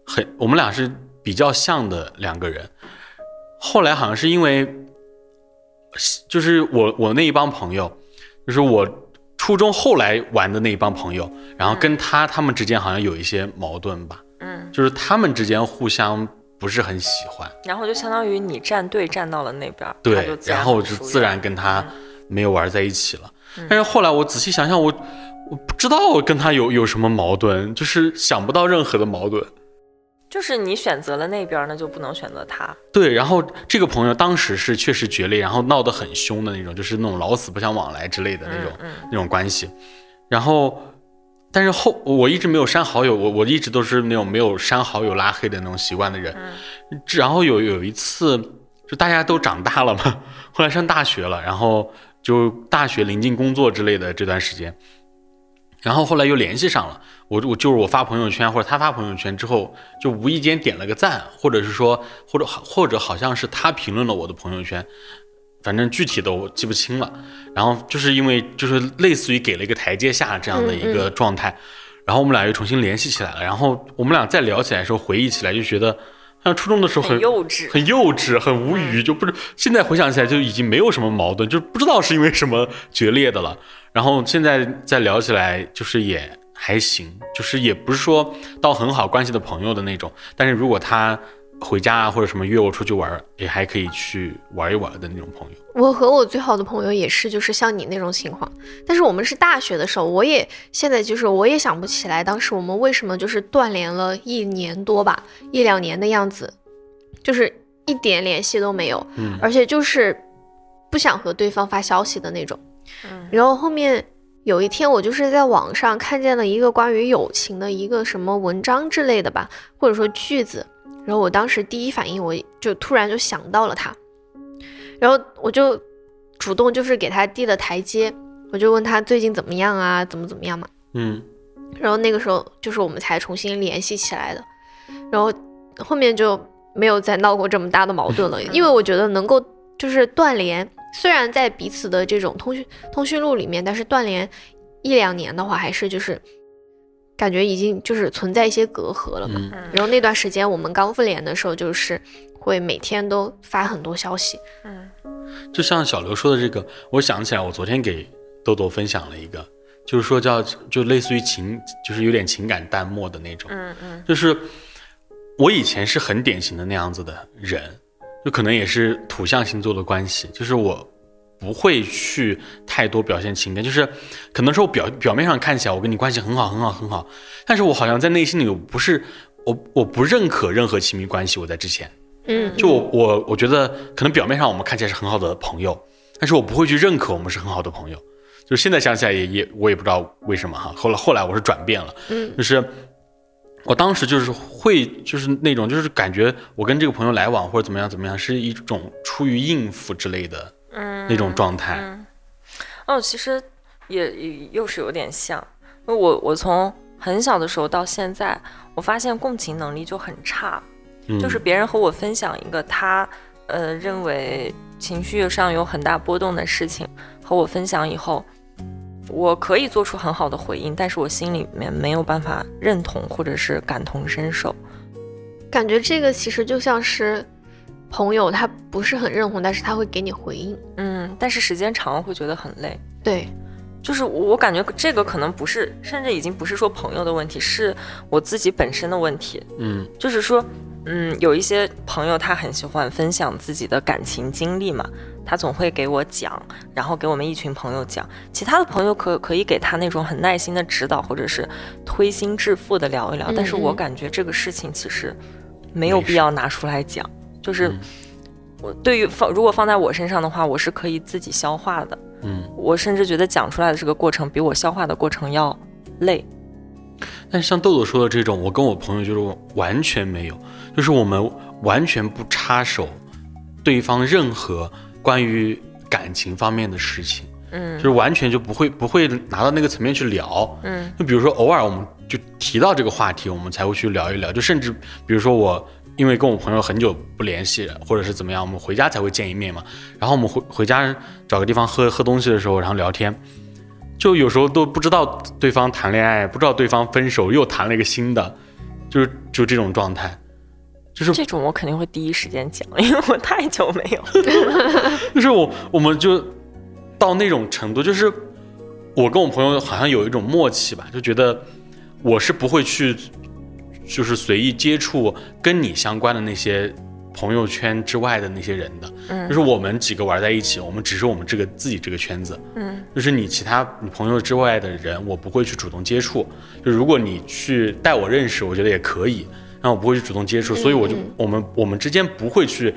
[SPEAKER 2] 很，我们俩是比较像的两个人。后来好像是因为，就是我我那一帮朋友，就是我初中后来玩的那一帮朋友，然后跟他他们之间好像有一些矛盾吧，
[SPEAKER 4] 嗯，
[SPEAKER 2] 就是他们之间互相不是很喜欢，
[SPEAKER 4] 然后就相当于你站队站到了那边儿，他就
[SPEAKER 2] 对，
[SPEAKER 4] 自
[SPEAKER 2] 然后我
[SPEAKER 4] 很
[SPEAKER 2] 就
[SPEAKER 4] 疏
[SPEAKER 2] 自
[SPEAKER 4] 远
[SPEAKER 2] 然跟他
[SPEAKER 4] 嗯
[SPEAKER 2] 嗯没有玩在一起了。但是后来我仔细想想，我我不知道我跟他有有什么矛盾，就是想不到任何的矛盾。
[SPEAKER 4] 就是你选择了那边儿，那就不能选择他。
[SPEAKER 2] 对，然后这个朋友当时是确实决裂，然后闹得很凶的那种，就是那种老死不相往来之类的那种、
[SPEAKER 4] 嗯
[SPEAKER 2] 那种关系。然后，但是后我一直没有删好友，我我一直都是那种没有删好友拉黑的那种习惯的人。
[SPEAKER 4] 嗯
[SPEAKER 2] 这然后有有一次，就大家都长大了嘛，后来上大学了，然后就大学临近工作之类的这段时间，然后后来又联系上了。我我就是我发朋友圈或者他发朋友圈之后，就无意间点了个赞，或者是说，或者好或者好像是他评论了我的朋友圈，反正具体的我记不清了。然后就是因为就是类似于给了一个台阶下这样的一个状态，然后我们俩又重新联系起来了，然后我们俩再聊起来的时候，回忆起来就觉得，像初中的时候
[SPEAKER 4] 很幼稚
[SPEAKER 2] 很幼稚，很无语，就不是现在回想起来就已经没有什么矛盾，就不知道是因为什么决裂的了。然后现在再聊起来，就是也还行，就是也不是说到很好关系的朋友的那种，但是如果他回家啊或者什么约我出去玩儿，也还可以去玩一玩的那种朋友。
[SPEAKER 3] 我和我最好的朋友也是，就是像你那种情况。但是我们是大学的时候，我也现在就是我也想不起来当时我们为什么就是断联了一年多吧，一两年的样子，就是一点联系都没有，
[SPEAKER 2] 嗯
[SPEAKER 3] 而且就是不想和对方发消息的那种。
[SPEAKER 4] 嗯
[SPEAKER 3] 然后后面有一天，我就是在网上看见了一个关于友情的一个什么文章之类的吧，或者说句子。然后我当时第一反应，我就突然就想到了他，然后我就主动就是给他递了台阶，我就问他最近怎么样啊，怎么怎么样嘛。
[SPEAKER 2] 嗯
[SPEAKER 3] 然后那个时候就是我们才重新联系起来的，然后后面就没有再闹过这么大的矛盾了，因为我觉得能够就是断联，虽然在彼此的这种通讯通讯录里面，但是断联一两年的话，还是就是感觉已经就是存在一些隔阂了嘛。
[SPEAKER 2] 嗯，
[SPEAKER 4] 嗯
[SPEAKER 3] 然后那段时间我们刚复联的时候，就是会每天都发很多消息，
[SPEAKER 4] 嗯
[SPEAKER 2] 就像小刘说的这个，我想起来，我昨天给豆豆分享了一个，就是说叫就类似于情，就是有点情感淡漠的那种。
[SPEAKER 4] 嗯嗯
[SPEAKER 2] 就是我以前是很典型的那样子的人，就可能也是土象星座的关系，就是我不会去太多表现情感，就是可能说我表表面上看起来我跟你关系很好很好很好，但是我好像在内心里我不是我我不认可任何亲密关系，我在之前。
[SPEAKER 3] 嗯，
[SPEAKER 2] 就我我我觉得可能表面上我们看起来是很好的朋友，但是我不会去认可我们是很好的朋友。就是现在想起来也也我也不知道为什么哈，后来后来我是转变了，
[SPEAKER 3] 嗯，
[SPEAKER 2] 就是我当时就是会就是那种就是感觉我跟这个朋友来往或者怎么样怎么样是一种出于应付之类的
[SPEAKER 4] 嗯
[SPEAKER 2] 那种状态，
[SPEAKER 4] 嗯，哦，其实也也又是有点像，因为我我从很小的时候到现在，我发现共情能力就很差，
[SPEAKER 2] 嗯
[SPEAKER 4] 就是别人和我分享一个他呃认为情绪上有很大波动的事情，和我分享以后。我可以做出很好的回应，但是我心里面没有办法认同或者是感同身受。
[SPEAKER 3] 感觉这个其实就像是朋友，他不是很认同，但是他会给你回应。
[SPEAKER 4] 嗯，但是时间长了会觉得很累。
[SPEAKER 3] 对，
[SPEAKER 4] 就是我我感觉这个可能不是，甚至已经不是说朋友的问题，是我自己本身的问题。
[SPEAKER 2] 嗯
[SPEAKER 4] 就是说，嗯，有一些朋友他很喜欢分享自己的感情经历嘛，他总会给我讲，然后给我们一群朋友讲。其他的朋友可可以给他那种很耐心的指导，或者是推心置腹的聊一聊。
[SPEAKER 3] 嗯
[SPEAKER 4] 但是
[SPEAKER 3] 嗯
[SPEAKER 4] 我感觉这个事情其实没有
[SPEAKER 2] 没事
[SPEAKER 4] 必要拿出来讲，就是
[SPEAKER 2] 嗯
[SPEAKER 4] 我对于放如果放在我身上的话，我是可以自己消化的。
[SPEAKER 2] 嗯，
[SPEAKER 4] 我甚至觉得讲出来的这个过程比我消化的过程要累。
[SPEAKER 2] 但是像豆豆说的这种，我跟我朋友就是完全没有，就是我们完全不插手对方任何关于感情方面的事情，就
[SPEAKER 4] 嗯
[SPEAKER 2] 是完全就不会不会拿到那个层面去聊。
[SPEAKER 4] 嗯
[SPEAKER 2] 就比如说偶尔我们就提到这个话题，我们才会去聊一聊。就甚至比如说我因为跟我朋友很久不联系，或者是怎么样，我们回家才会见一面嘛。然后我们回回家找个地方喝喝东西的时候，然后聊天，就有时候都不知道对方谈恋爱，不知道对方分手，又谈了一个新的，就是就这种状态。就是
[SPEAKER 4] 这种我肯定会第一时间讲，因为我太久没有。
[SPEAKER 2] 就是我我们就到那种程度，就是我跟我朋友好像有一种默契吧，就觉得我是不会去就是随意接触跟你相关的那些朋友圈之外的那些人的，
[SPEAKER 4] 嗯
[SPEAKER 2] 就是我们几个玩在一起，我们只是我们这个自己这个圈子，
[SPEAKER 4] 嗯
[SPEAKER 2] 就是你其他你朋友之外的人，我不会去主动接触。就如果你去带我认识，我觉得也可以，但我不会去主动接触，所以我就
[SPEAKER 3] 嗯
[SPEAKER 2] 我们我们之间不会去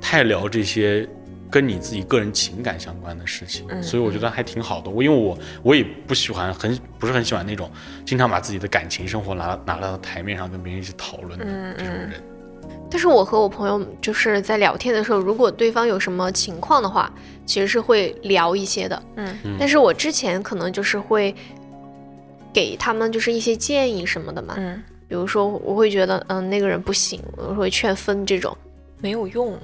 [SPEAKER 2] 太聊这些跟你自己个人情感相关的事情，
[SPEAKER 4] 嗯
[SPEAKER 2] 所以我觉得还挺好的。我因为我我也不喜欢很不是很喜欢那种经常把自己的感情生活拿拿到台面上跟别人一起讨论的
[SPEAKER 4] 嗯
[SPEAKER 2] 这种人。
[SPEAKER 3] 但是我和我朋友就是在聊天的时候，如果对方有什么情况的话，其实是会聊一些的。
[SPEAKER 4] 嗯
[SPEAKER 2] 嗯
[SPEAKER 3] 但是我之前可能就是会给他们就是一些建议什么的嘛，
[SPEAKER 4] 嗯，
[SPEAKER 3] 比如说我会觉得嗯那个人不行，我会劝分这种。
[SPEAKER 4] 没有用。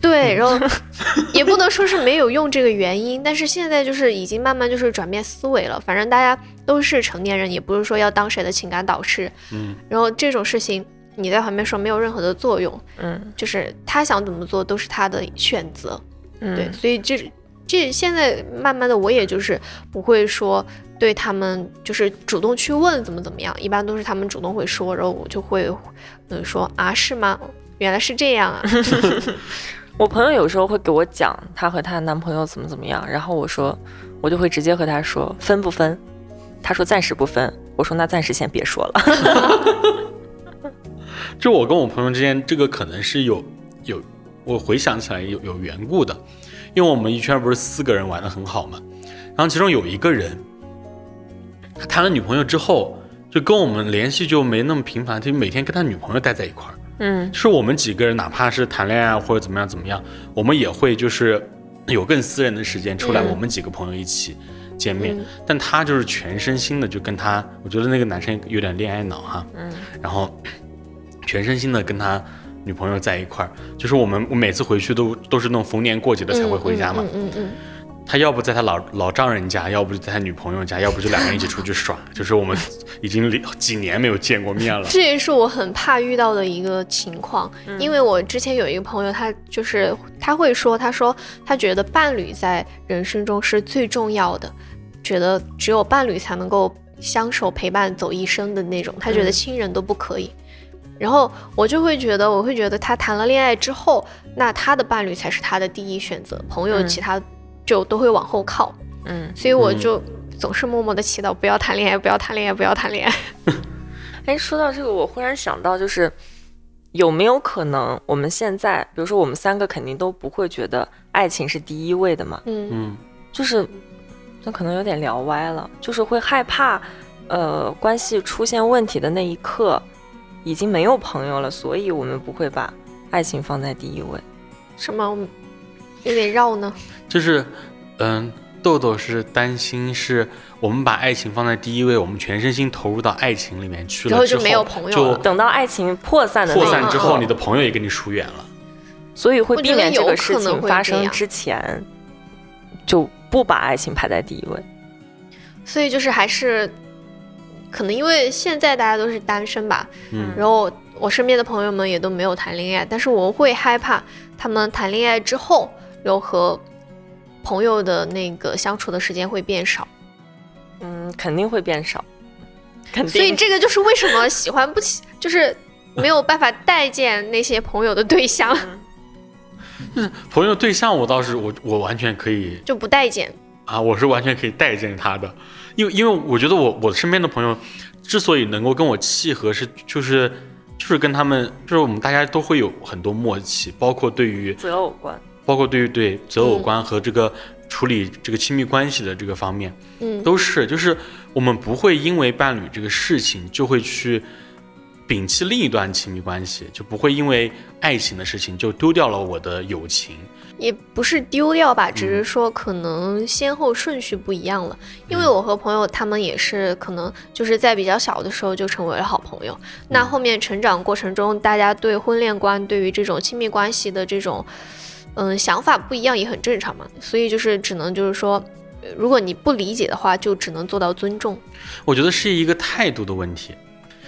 [SPEAKER 3] 对，然后 也不能说是没有用这个原因，但是现在就是已经慢慢就是转变思维了。反正大家都是成年人，也不是说要当谁的情感导师。
[SPEAKER 2] 嗯，
[SPEAKER 3] 然后这种事情你在旁边说没有任何的作用，
[SPEAKER 4] 嗯
[SPEAKER 3] 就是他想怎么做都是他的选择。
[SPEAKER 4] 嗯，
[SPEAKER 3] 对，所以这这现在慢慢的我也就是不会说对他们就是主动去问怎么怎么样，一般都是他们主动会说，然后我就会嗯说啊是吗？原来是这样啊，
[SPEAKER 4] 我朋友有时候会给我讲她和她男朋友怎么怎么样，然后我说，我就会直接和她说分不分，她说暂时不分，我说那暂时先别说了。
[SPEAKER 2] 就我跟我朋友之间，这个可能是有有，我回想起来有有缘故的，因为我们一圈不是四个人玩的很好嘛，然后其中有一个人，他谈了女朋友之后，就跟我们联系就没那么频繁，他就每天跟他女朋友待在一块儿。
[SPEAKER 4] 嗯
[SPEAKER 2] 是我们几个人，哪怕是谈恋爱啊或者怎么样怎么样，我们也会就是有更私人的时间出来，
[SPEAKER 3] 嗯
[SPEAKER 2] 我们几个朋友一起见面。
[SPEAKER 3] 嗯
[SPEAKER 2] 但他就是全身心的就跟他，我觉得那个男生有点恋爱脑哈，
[SPEAKER 4] 嗯
[SPEAKER 2] 然后全身心的跟他女朋友在一块儿，就是我们我每次回去都都是那种逢年过节的才会回家嘛。
[SPEAKER 3] 嗯嗯嗯嗯
[SPEAKER 2] 他要不在他老老丈人家，要不就在他女朋友家，要不就两个人一起出去 耍，就是我们已经几年没有见过面了。
[SPEAKER 3] 这也是我很怕遇到的一个情况，
[SPEAKER 4] 嗯
[SPEAKER 3] 因为我之前有一个朋友，他就是他会说，他说他觉得伴侣在人生中是最重要的，觉得只有伴侣才能够相守陪伴走一生的那种，他觉
[SPEAKER 4] 嗯
[SPEAKER 3] 得亲人都不可以。然后我就会觉得，我会觉得他谈了恋爱之后，那他的伴侣才是他的第一选择，朋友
[SPEAKER 4] 嗯
[SPEAKER 3] 其他就都会往后靠。
[SPEAKER 4] 嗯，
[SPEAKER 3] 所以我
[SPEAKER 2] 嗯
[SPEAKER 3] 就总是默默的祈祷，不要谈恋爱，不要谈恋爱，不要谈恋爱。
[SPEAKER 4] 哎，说到这个，我忽然想到，就是有没有可能我们现在，比如说我们三个肯定都不会觉得爱情是第一位的嘛，
[SPEAKER 3] 嗯
[SPEAKER 2] 嗯，
[SPEAKER 4] 就是那可能有点聊歪了，就是会害怕，呃，关系出现问题的那一刻已经没有朋友了，所以我们不会把爱情放在第一位。
[SPEAKER 3] 什么？我们有点绕呢。
[SPEAKER 2] 就是，嗯，豆豆是担心是我们把爱情放在第一位，我们全身心投入到爱情里面去了，
[SPEAKER 3] 然后就没有朋友
[SPEAKER 2] 就
[SPEAKER 3] 了嗯
[SPEAKER 4] 等到爱情破散的那
[SPEAKER 2] 扩
[SPEAKER 4] 一
[SPEAKER 2] 散之后，
[SPEAKER 4] 刻
[SPEAKER 2] 你的朋友也跟你疏远了。
[SPEAKER 4] 所以会
[SPEAKER 3] 我觉
[SPEAKER 4] 避
[SPEAKER 3] 得
[SPEAKER 4] 免这
[SPEAKER 3] 有
[SPEAKER 4] 个
[SPEAKER 3] 可
[SPEAKER 4] 事
[SPEAKER 3] 能
[SPEAKER 4] 情
[SPEAKER 3] 会
[SPEAKER 4] 发
[SPEAKER 3] 这
[SPEAKER 4] 生
[SPEAKER 3] 样
[SPEAKER 4] 之前，就不把爱情排在第一位。
[SPEAKER 3] 所以就是还是，可能因为现在大家都是单身吧，
[SPEAKER 2] 嗯
[SPEAKER 3] 然后我身边的朋友们也都没有谈恋爱，但是我会害怕他们谈恋爱之后，然后和朋友的那个相处的时间会变少。
[SPEAKER 4] 嗯，肯定会变少，肯定。
[SPEAKER 3] 所以这个就是为什么喜欢不起，就是没有办法待见那些朋友的对象，
[SPEAKER 2] 朋友对象我倒是我我完全可以
[SPEAKER 3] 就不待见。
[SPEAKER 2] 啊，我是完全可以待见他的，因为因为我觉得我我身边的朋友之所以能够跟我契合是就是。就是跟他们，就是我们大家都会有很多默契，包括对于
[SPEAKER 4] 择偶观，
[SPEAKER 2] 包括对于对择偶观和这个处理这个亲密关系的这个方面，
[SPEAKER 3] 嗯
[SPEAKER 2] 都是就是我们不会因为伴侣这个事情就会去摒弃另一段亲密关系，就不会因为爱情的事情就丢掉了我的友情。
[SPEAKER 3] 也不是丢掉吧，只是说可能先后顺序不一样了。因为我和朋友他们也是可能就是在比较小的时候就成为了好朋友，那后面成长过程中，大家对婚恋观、对于这种亲密关系的这种嗯想法不一样也很正常嘛，所以就是只能就是说。呃如果你不理解的话，就只能做到尊重。
[SPEAKER 2] 我觉得是一个态度的问题。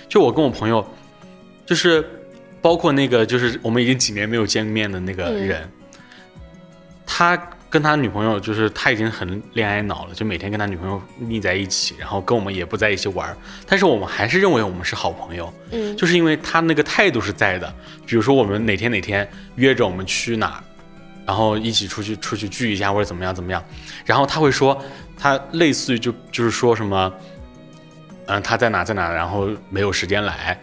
[SPEAKER 2] 就我跟我朋友，就是包括那个，就是我们已经几年没有见面的那个
[SPEAKER 3] 嗯
[SPEAKER 2] 人，他跟他女朋友，就是他已经很恋爱脑了，就每天跟他女朋友腻在一起，然后跟我们也不在一起玩儿，但是我们还是认为我们是好朋友，
[SPEAKER 3] 嗯，
[SPEAKER 2] 就是因为他那个态度是在的。比如说我们哪天哪天约着我们去哪儿，然后一起出去出去聚一下或者怎么样怎么样，然后他会说他类似于就就是说什么，嗯、他在哪在哪，然后没有时间来。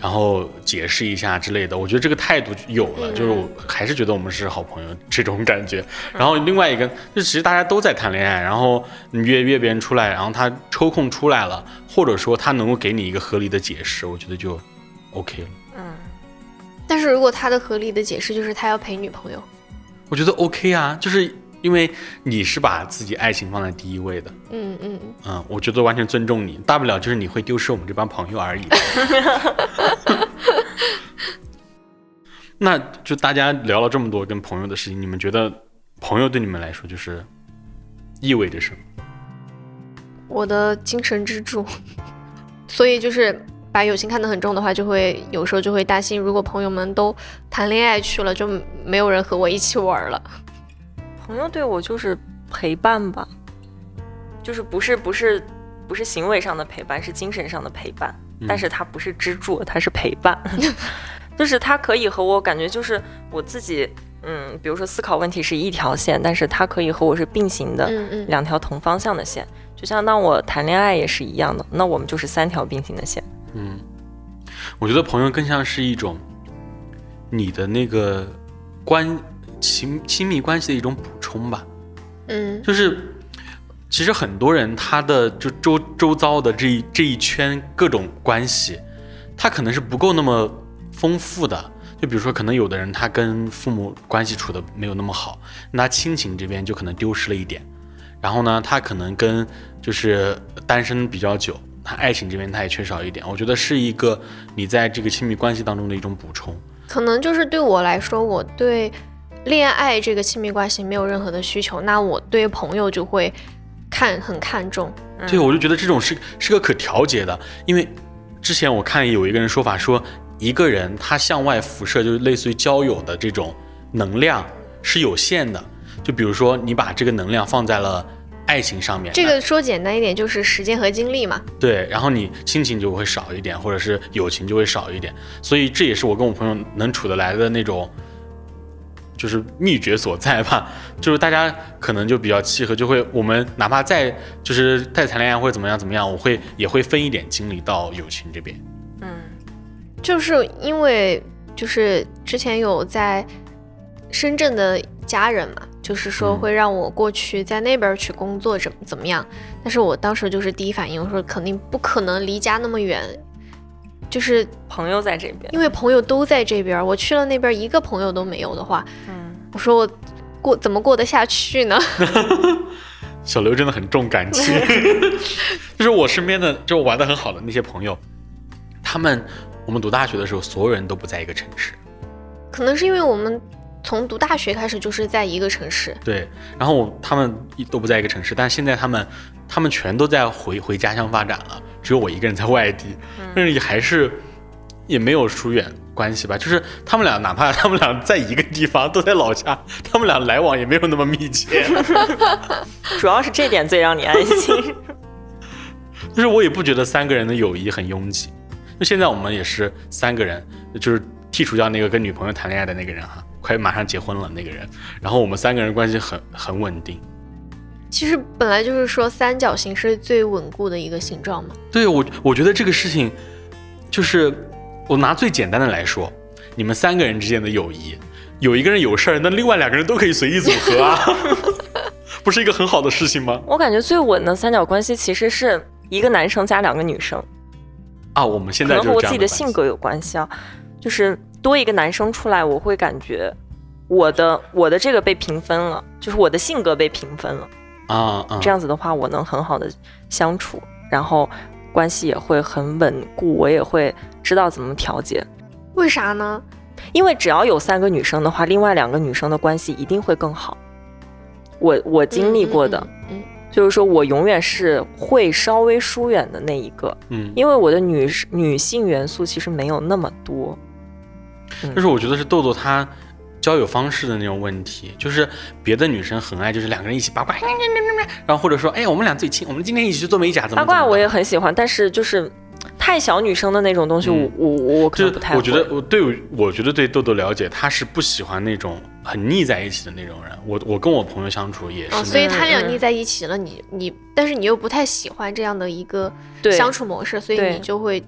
[SPEAKER 2] 然后解释一下之类的，我觉得这个态度有了，就是我还是觉得我们是好朋友这种感觉。然后另外一个，就其实大家都在谈恋爱，然后你约约别人出来，然后他抽空出来了，或者说他能够给你一个合理的解释，我觉得就 OK 了。
[SPEAKER 4] 嗯，
[SPEAKER 3] 但是如果他的合理的解释就是他要陪女朋友，
[SPEAKER 2] 我觉得 OK 啊，就是因为你是把自己爱情放在第一位的，
[SPEAKER 3] 嗯嗯，嗯
[SPEAKER 2] 嗯，我觉得完全尊重你，大不了就是你会丢失我们这帮朋友而已。 那就大家聊了这么多跟朋友的事情，你们觉得朋友对你们来说就是意味着什么？
[SPEAKER 3] 我的精神支柱。 所以就是把友情看得很重的话，就会有时候就会担心，如果朋友们都谈恋爱去了，就没有人和我一起玩了。
[SPEAKER 4] 朋友对我就是陪伴吧，就是不是不是不是行为上的陪伴，是精神上的陪伴，
[SPEAKER 2] 嗯
[SPEAKER 4] 但是他不是支柱，他是陪伴， 就是他可以和我感觉就是我自己，嗯，比如说思考问题是一条线，但是他可以和我是并行的，
[SPEAKER 3] 嗯嗯，
[SPEAKER 4] 两条同方向的线，就像当我谈恋爱也是一样的，那我们就是三条并行的线。
[SPEAKER 2] 嗯，我觉得朋友更像是一种你的那个关亲亲密关系的一种补充吧。
[SPEAKER 3] 嗯
[SPEAKER 2] 就是其实很多人他的就周周遭的这一这一圈各种关系，他可能是不够那么丰富的。就比如说，可能有的人他跟父母关系处的没有那么好，那他亲情这边就可能丢失了一点。然后呢，他可能跟就是单身比较久，他爱情这边他也缺少一点。我觉得是一个你在这个亲密关系当中的一种补充。
[SPEAKER 3] 可能就是对我来说，我对恋爱这个亲密关系没有任何的需求，那我对朋友就会看很看重。
[SPEAKER 2] 对，我就觉得这种是是个可调节的，因为之前我看有一个人说法说，一个人他向外辐射就是类似于交友的这种能量是有限的，就比如说你把这个能量放在了爱情上面，
[SPEAKER 3] 这个说简单一点，就是时间和精力嘛。
[SPEAKER 2] 对，然后你亲情就会少一点，或者是友情就会少一点，所以这也是我跟我朋友能处得来的那种，就是秘诀所在吧。 就是大家可能就比较契合，就会我们哪怕再就是再谈恋爱或者怎么样怎么样，我会也会分一点精力到友情这边。
[SPEAKER 4] 嗯，
[SPEAKER 3] 就是因为就是之前有在深圳的家人嘛，就是说
[SPEAKER 2] 嗯
[SPEAKER 3] 会让我过去在那边去工作怎么怎么样，但是我当时就是第一反应，我说肯定不可能离家那么远，就是
[SPEAKER 4] 朋友在这边，
[SPEAKER 3] 因为朋友都在这边，我去了那边一个朋友都没有的话，
[SPEAKER 4] 嗯，
[SPEAKER 3] 我说我过怎么过得下去呢？
[SPEAKER 2] 小刘真的很重感情， 就是我身边的就我玩的很好的那些朋友，他们我们读大学的时候，所有人都不在一个城市。
[SPEAKER 3] 可能是因为我们从读大学开始就是在一个城市，
[SPEAKER 2] 对，然后我他们一都不在一个城市，但现在他们他们全都在回回家乡发展了，只有我一个人在外地，但是也还是也没有疏远关系吧。就是他们俩，哪怕他们俩在一个地方，都在老家，他们俩来往也没有那么密切。
[SPEAKER 4] 主要是这点最让你安心。
[SPEAKER 2] 就是我也不觉得三个人的友谊很拥挤。就现在我们也是三个人，就是剔除掉那个跟女朋友谈恋爱的那个人哈，快马上结婚了那个人，然后我们三个人关系很很稳定。
[SPEAKER 3] 其实本来就是说三角形是最稳固的一个形状嘛。
[SPEAKER 2] 对我，我觉得这个事情，就是我拿最简单的来说，你们三个人之间的友谊，有一个人有事儿，那另外两个人都可以随意组合啊， 不是一个很好的事情吗？
[SPEAKER 4] 我感觉最稳的三角关系其实是一个男生加两个女生，
[SPEAKER 2] 啊，我们现
[SPEAKER 4] 可
[SPEAKER 2] 在
[SPEAKER 4] 能
[SPEAKER 2] 就是这
[SPEAKER 4] 和
[SPEAKER 2] 样的
[SPEAKER 4] 我自己的
[SPEAKER 2] 关系
[SPEAKER 4] 性格有关系啊。就是多一个男生出来，我会感觉我的我的这个被平分了，就是我的性格被平分了。
[SPEAKER 2] 啊啊，
[SPEAKER 4] 这样子的话，我能很好的相处，然后关系也会很稳固，我也会知道怎么调节。
[SPEAKER 3] 为啥呢？
[SPEAKER 4] 因为只要有三个女生的话，另外两个女生的关系一定会更好。我我经历过的，
[SPEAKER 3] 嗯，嗯嗯
[SPEAKER 4] 就是说我永远是会稍微疏远的那一个，
[SPEAKER 2] 嗯，
[SPEAKER 4] 因为我的女女性元素其实没有那么多。
[SPEAKER 2] 就是我觉得是豆豆她交友方式的那种问题，就是别的女生很爱就是两个人一起八卦，然后或者说哎我们俩最亲，我们今天一起去做美甲，怎么
[SPEAKER 4] 八卦
[SPEAKER 2] 怎么
[SPEAKER 4] 我
[SPEAKER 2] 的
[SPEAKER 4] 也很喜欢，但是就是太小女生的那种东西，
[SPEAKER 2] 嗯
[SPEAKER 4] 我我我可
[SPEAKER 2] 就
[SPEAKER 4] 能
[SPEAKER 2] 是
[SPEAKER 4] 不太会。
[SPEAKER 2] 我觉得我对我我觉得对豆豆了解，他是不喜欢那种很腻在一起的那种人。我我跟我朋友相处也是那
[SPEAKER 3] 哦，
[SPEAKER 2] 种，
[SPEAKER 3] 所以他俩
[SPEAKER 4] 嗯
[SPEAKER 3] 腻在一起了，你你，但是你又不太喜欢这样的一个
[SPEAKER 4] 对
[SPEAKER 3] 相处模式，所以
[SPEAKER 4] 对
[SPEAKER 3] 你就会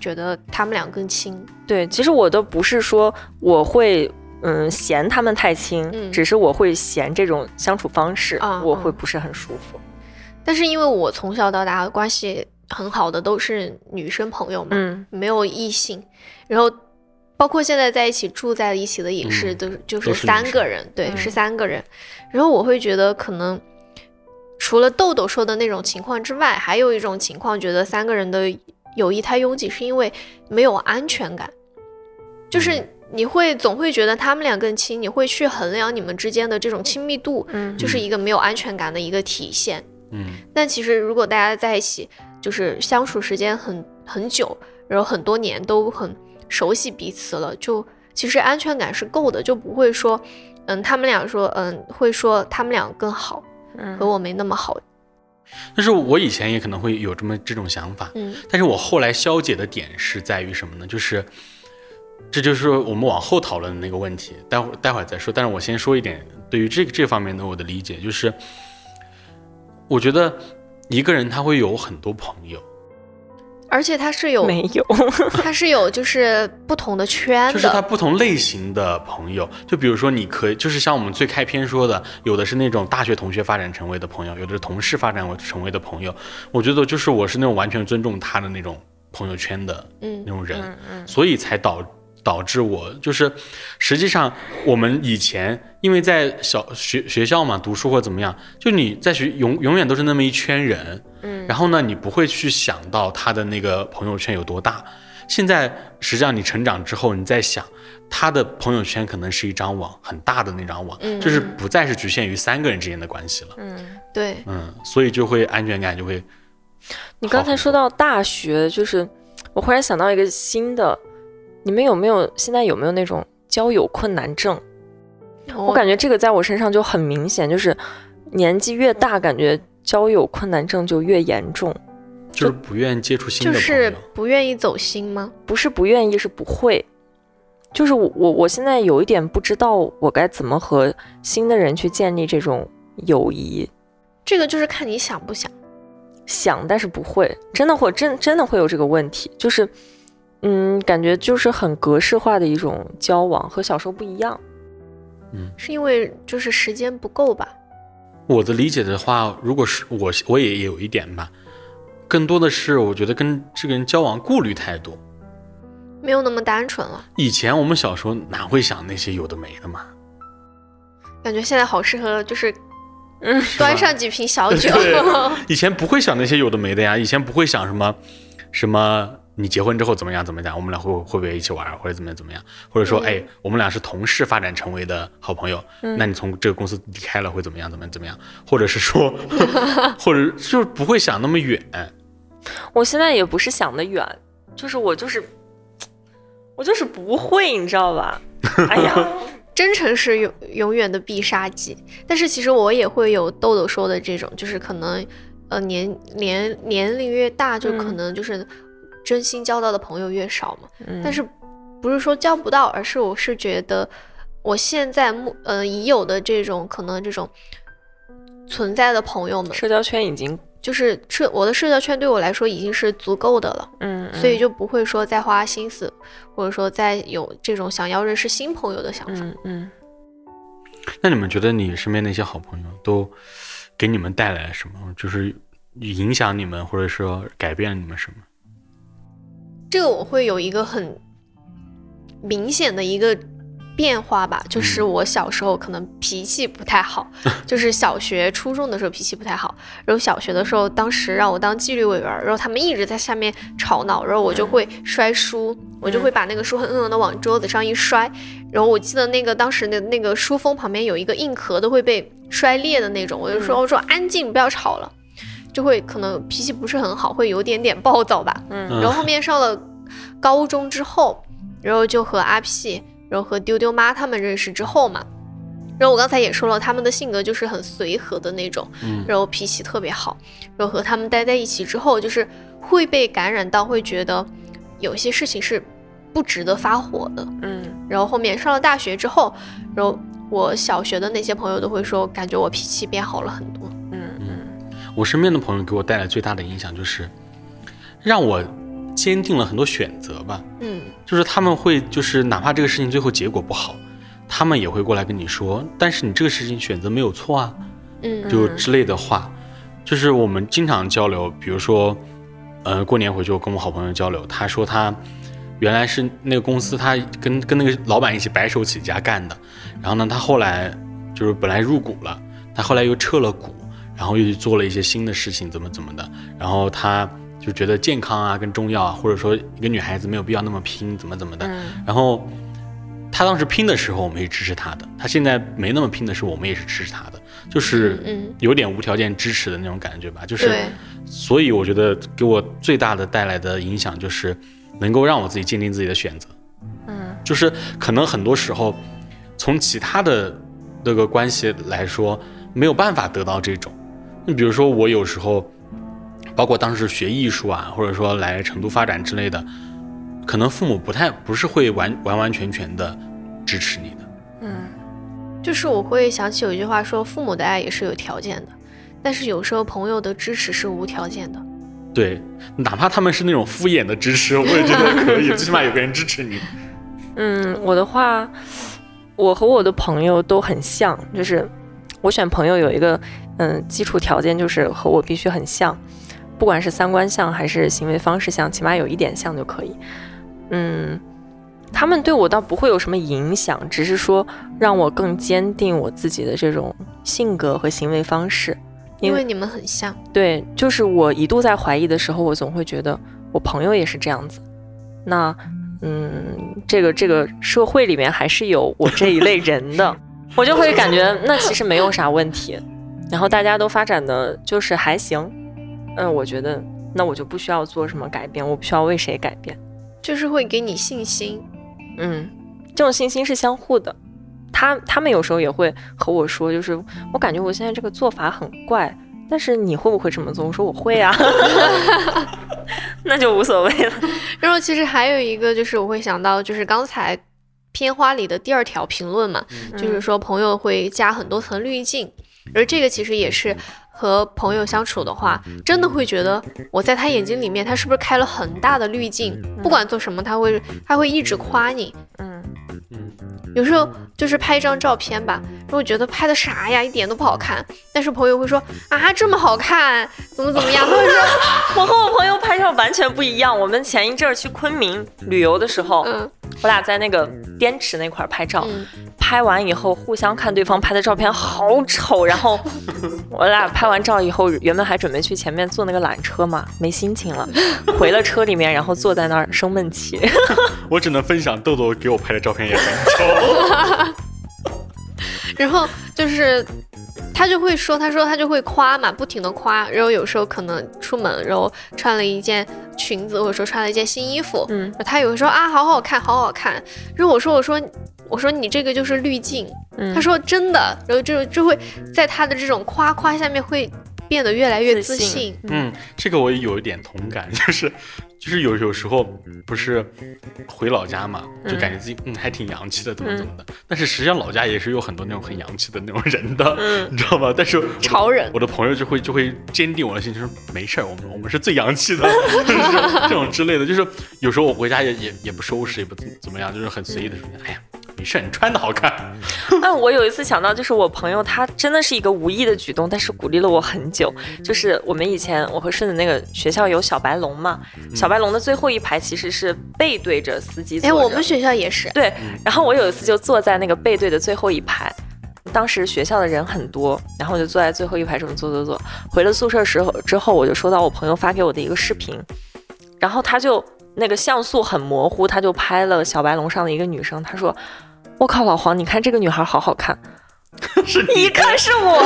[SPEAKER 3] 觉得他们俩更亲。
[SPEAKER 4] 对，其实我都不是说我会嗯嫌他们太亲，
[SPEAKER 3] 嗯
[SPEAKER 4] 只是我会嫌这种相处方式，
[SPEAKER 3] 啊
[SPEAKER 4] 我会
[SPEAKER 3] 嗯
[SPEAKER 4] 不是很舒服。
[SPEAKER 3] 但是因为我从小到大关系很好的都是女生朋友嘛，
[SPEAKER 4] 嗯，
[SPEAKER 3] 没有异性，然后包括现在在一起住在一起的也是，
[SPEAKER 2] 嗯
[SPEAKER 3] 都是就是
[SPEAKER 2] 都
[SPEAKER 3] 有
[SPEAKER 2] 是
[SPEAKER 3] 三
[SPEAKER 2] 女
[SPEAKER 3] 个
[SPEAKER 2] 生
[SPEAKER 3] 人，对，
[SPEAKER 4] 嗯
[SPEAKER 3] 是三个人。然后我会觉得可能除了豆豆说的那种情况之外，还有一种情况，觉
[SPEAKER 2] 嗯
[SPEAKER 3] 得三个人的友谊太拥挤，是因为没有安全感，就是你会总会觉得他们俩更亲，你会去衡量你们之间的这种亲密度，
[SPEAKER 4] 嗯
[SPEAKER 3] 就是一个没有安全感的一个体现。
[SPEAKER 2] 嗯
[SPEAKER 3] 但其实如果大家在一起，就是相处时间很很久，然后很多年都很熟悉彼此了，就其实安全感是够的，就不会说，嗯，他们俩说，嗯，会说他们俩更好，
[SPEAKER 4] 嗯
[SPEAKER 3] 和我没那么好，
[SPEAKER 2] 但是我以前也可能会有这么这种想法，
[SPEAKER 3] 嗯
[SPEAKER 2] 但是我后来消解的点是在于什么呢？就是，这就是我们往后讨论的那个问题，待会儿待会儿再说。但是我先说一点对于这个这方面的我的理解，就是，我觉得一个人他会有很多朋友，
[SPEAKER 3] 而且他是有，
[SPEAKER 4] 没有，
[SPEAKER 3] 他是有就是不同的圈
[SPEAKER 2] 就是他
[SPEAKER 3] 的，
[SPEAKER 2] 不同类型的朋友，就比如说你可以，就是像我们最开篇说的，有的是那种大学同学发展成为的朋友，有的是同事发展为成为的朋友。我觉得就是我是那种完全尊重他的那种朋友圈的
[SPEAKER 3] 嗯
[SPEAKER 2] 那种人，
[SPEAKER 4] 嗯嗯
[SPEAKER 2] 所以才导导致我就是，实际上我们以前因为在小学学校嘛读书或怎么样，就你在学永永远都是那么一圈人，
[SPEAKER 4] 嗯，
[SPEAKER 2] 然后呢你不会去想到他的那个朋友圈有多大。现在实际上你成长之后，你在想他的朋友圈可能是一张网，很大的那张网，
[SPEAKER 3] 嗯
[SPEAKER 2] 就是不再是局限于三个人之间的关系了。
[SPEAKER 4] 嗯，
[SPEAKER 3] 对，
[SPEAKER 2] 嗯，所以就会安全感就会
[SPEAKER 4] 你刚才说到大学，就是我忽然想到一个新的，你们有没有现在有没有那种交友困难症？
[SPEAKER 3] 哦
[SPEAKER 4] 我感觉这个在我身上就很明显，就是年纪越大，感觉交友困难症就越严重。
[SPEAKER 2] 就是不愿接触新
[SPEAKER 3] 就
[SPEAKER 2] 的朋友。
[SPEAKER 3] 是不愿意走心吗？
[SPEAKER 4] 不是不愿意，是不会。就是我我我现在有一点不知道我该怎么和新的人去建立这种友谊，
[SPEAKER 3] 这个就是看你想不想，
[SPEAKER 4] 想但是不会，真的会真真的会有这个问题，就是嗯，感觉就是很格式化的一种交往，和小时候不一样。
[SPEAKER 2] 嗯
[SPEAKER 3] 是因为就是时间不够吧？
[SPEAKER 2] 我的理解的话，如果是我，我也有一点吧，更多的是我觉得跟这个人交往顾虑太多。
[SPEAKER 3] 没有那么单纯了，
[SPEAKER 2] 以前我们小时候哪会想那些有的没的嘛？
[SPEAKER 3] 感觉现在好适合就是
[SPEAKER 4] 嗯，
[SPEAKER 3] 端上几瓶小酒。
[SPEAKER 2] 对以前不会想那些有的没的呀，以前不会想什么什么你结婚之后怎么样怎么样，我们俩会会不会一起玩，或者怎么样怎么样，或者说、
[SPEAKER 3] 嗯
[SPEAKER 2] 哎，我们俩是同事发展成为的好朋友，那你从这个公司离开了会怎么样怎么样怎么样，或者是说， 或者就是不会想那么远。
[SPEAKER 4] 我现在也不是想得远，就是我就是我就是不会，你知道吧？哎 呀，
[SPEAKER 3] 真诚是永永远的必杀技。但是其实我也会有豆豆说的这种，就是可能呃年年年龄越大，就
[SPEAKER 4] 嗯
[SPEAKER 3] 可能就是真心交到的朋友越少嘛。
[SPEAKER 4] 嗯
[SPEAKER 3] 但是不是说交不到，而是我是觉得我现在目呃已有的这种可能这种存在的朋友们，
[SPEAKER 4] 社交圈已经
[SPEAKER 3] 就是社我的社交圈对我来说已经是足够的了。
[SPEAKER 4] 嗯，
[SPEAKER 3] 所以
[SPEAKER 4] 就
[SPEAKER 3] 就不会说再花心思，或者说再有这种想要认识新朋友的想法。
[SPEAKER 4] 嗯嗯，
[SPEAKER 2] 那你们觉得你身边那些好朋友都给你们带来了什么？就是影响你们，或者说改变了你们什么？
[SPEAKER 3] 这个我会有一个很明显的一个变化吧，就是
[SPEAKER 2] 嗯
[SPEAKER 3] 我小时候可能脾气不太好，就是小学、初中的时候脾气不太好。然后小学的时候，当时让我当纪律委员儿，然后他们一直在下面吵闹，然后我就会摔书，我就会把那个书狠狠的往桌子上一摔。然后我记得那个当时的那个书封旁边有一个硬壳都会被摔裂的那种，我就说
[SPEAKER 4] 嗯
[SPEAKER 3] 我说安静，不要吵了，就会可能脾气不是很好，会有点点暴躁吧。
[SPEAKER 2] 嗯
[SPEAKER 3] 然后后面上了高中之后，然后就和阿屁，然后和丢丢妈他们认识之后嘛，然后我刚才也说了，他们的性格就是很随和的那种，
[SPEAKER 2] 嗯
[SPEAKER 3] 然后脾气特别好，然后和他们待在一起之后，就是会被感染到，会觉得有些事情是不值得发火的。
[SPEAKER 4] 嗯
[SPEAKER 3] 然后后面上了大学之后，然后我小学的那些朋友都会说，感觉我脾气变好了很多。
[SPEAKER 4] 嗯嗯
[SPEAKER 2] 我身边的朋友给我带来最大的影响就是，让我坚定了很多选择吧。
[SPEAKER 3] 嗯，
[SPEAKER 2] 就是他们会，就是哪怕这个事情最后结果不好，他们也会过来跟你说，但是你这个事情选择没有错啊，
[SPEAKER 3] 嗯
[SPEAKER 2] 就之类的话。就是我们经常交流，比如说，呃，过年回去我跟我好朋友交流，他说他原来是那个公司，他跟跟那个老板一起白手起家干的，然后呢，他后来就是本来入股了，他后来又撤了股，然后又去做了一些新的事情，怎么怎么的，然后他就觉得健康啊更重要啊，或者说一个女孩子没有必要那么拼，怎么怎么的，
[SPEAKER 4] 嗯
[SPEAKER 2] 然后他当时拼的时候，我们也支持他的；他现在没那么拼的时候，我们也是支持他的，就是
[SPEAKER 3] 嗯，
[SPEAKER 2] 有点无条件支持的那种感觉吧。就是，
[SPEAKER 3] 对，
[SPEAKER 2] 所以我觉得给我最大的带来的影响就是，能够让我自己坚定自己的选择。
[SPEAKER 4] 嗯，
[SPEAKER 2] 就是可能很多时候，从其他的那个关系来说，没有办法得到这种。你比如说，我有时候，包括当时学艺术啊，或者说来成都发展之类的，可能父母不太不是会完完完全全的支持你的。
[SPEAKER 4] 嗯
[SPEAKER 3] 就是我会想起有一句话说，父母的爱也是有条件的，但是有时候朋友的支持是无条件的。
[SPEAKER 2] 对，哪怕他们是那种敷衍的支 持，我也觉得可以，最起码有个人支持你。
[SPEAKER 4] 嗯，我的话，我和我的朋友都很像，就是我选朋友有一个嗯基础条件，就是和我必须很像，不管是三观像还是行为方式像，起码有一点像就可以。嗯，他们对我倒不会有什么影响，只是说让我更坚定我自己的这种性格和行为方式。因
[SPEAKER 3] 因
[SPEAKER 4] 为
[SPEAKER 3] 为你们很像，
[SPEAKER 4] 对，就是我一度在怀疑的时候，我总会觉得我朋友也是这样子。那，嗯，这个这个社会里面还是有我这一类人的，我就会感觉那其实没有啥问题。然后大家都发展的就是还行，嗯，我觉得那我就不需要做什么改变，我不需要为谁改变。
[SPEAKER 3] 就是会给你信心。
[SPEAKER 4] 嗯，这种信心是相互的。他他们有时候也会和我说，就是我感觉我现在这个做法很怪，但是你会不会这么做？我说我会啊， 那就无所谓了。
[SPEAKER 3] 然后其实还有一个就是我会想到就是刚才片花里的第二条评论嘛，就是说朋友会加很多层滤镜，而这个其实也是和朋友相处的话，真的会觉得我在他眼睛里面，他是不是开了很大的滤镜？不管做什么，他会他会一直夸你。
[SPEAKER 4] 嗯，
[SPEAKER 3] 有时候就是拍一张照片吧，然后我觉得拍的啥呀，一点都不好看。但是朋友会说啊，这么好看，怎么怎么样？他会说，
[SPEAKER 4] 我和我朋友拍照完全不一样。我们前一阵儿去昆明旅游的时候，
[SPEAKER 3] 嗯
[SPEAKER 4] 我俩在那个滇池那块儿拍照，
[SPEAKER 3] 嗯，
[SPEAKER 4] 拍完以后互相看对方拍的照片好丑，然后我俩拍完照以后，原本还准备去前面坐那个缆车嘛，没心情了，回了车里面，然后坐在那儿生闷气。
[SPEAKER 2] 我只能分享豆豆给我拍的照片也 很
[SPEAKER 3] 然后就是他就会说，他说他就会夸嘛，不停的夸。然后有时候可能出门，然后穿了一件裙子，或者说穿了一件新衣服，
[SPEAKER 4] 嗯
[SPEAKER 3] 他也会说啊，好好看，好好看。然后我说，我说，我说你这个就是滤镜。
[SPEAKER 4] 嗯
[SPEAKER 3] 他说真的，然后就就会在他的这种夸夸下面会变得越来越
[SPEAKER 4] 自
[SPEAKER 3] 自
[SPEAKER 4] 信
[SPEAKER 3] 信。
[SPEAKER 2] 嗯，这个我也有一点同感，就是就是有有时候不是回老家嘛，就感觉自己嗯还挺洋气的，怎么怎么的。但是实际上老家也是有很多那种很洋气的那种人的，
[SPEAKER 4] 嗯
[SPEAKER 2] 你知道吗？但是我的
[SPEAKER 3] 潮人
[SPEAKER 2] 我的朋友就会就会坚定我的信心，说没事儿，我们我们是最洋气的， 就是这种之类的。就是有时候我回家也也也不收拾，也不怎怎么样，就是很随意的说，哎呀。没事儿，你穿的好看，
[SPEAKER 4] 哎，我有一次想到，就是我朋友他真的是一个无意的举动，但是鼓励了我很久。就是我们以前我和顺子那个学校有小白龙嘛，小白龙的最后一排其实是背对着司机
[SPEAKER 3] 哎，
[SPEAKER 4] 坐着。
[SPEAKER 3] 我们学校也是，
[SPEAKER 4] 对，
[SPEAKER 2] 嗯
[SPEAKER 4] 然后我有一次就坐在那个背对的最后一排，当时学校的人很多，然后我就坐在最后一排，这么坐坐坐。回了宿舍时候之后，我就收到我朋友发给我的一个视频，然后他就那个像素很模糊，他就拍了小白龙上的一个女生，他说：“我靠，老黄，你看这个女孩好好看。”
[SPEAKER 2] 是
[SPEAKER 4] 一
[SPEAKER 2] 你
[SPEAKER 4] 看是 我。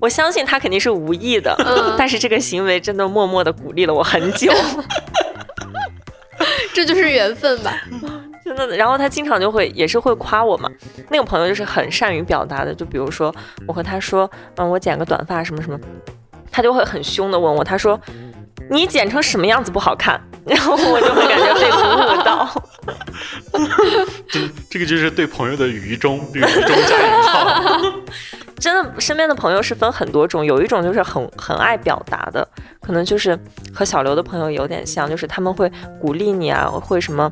[SPEAKER 4] 我相信他肯定是无意的，
[SPEAKER 3] 嗯
[SPEAKER 4] 但是这个行为真的默默的鼓励了我很久，
[SPEAKER 3] 这就是缘分 吧。
[SPEAKER 4] 真的。然后他经常就会也是会夸我嘛，那个朋友就是很善于表达的，就比如说我和他说，嗯，我剪个短发什么什么，他就会很凶的问我，他说你剪成什么样子不好看， 然后我就会感觉被鼓舞到。
[SPEAKER 2] 这这个就是对朋友的愚忠，对愚忠加引号。
[SPEAKER 4] 真的，身边的朋友是分很多种，有一种就是很很爱表达的，可能就是和小刘的朋友有点像，就是他们会鼓励你啊，会什么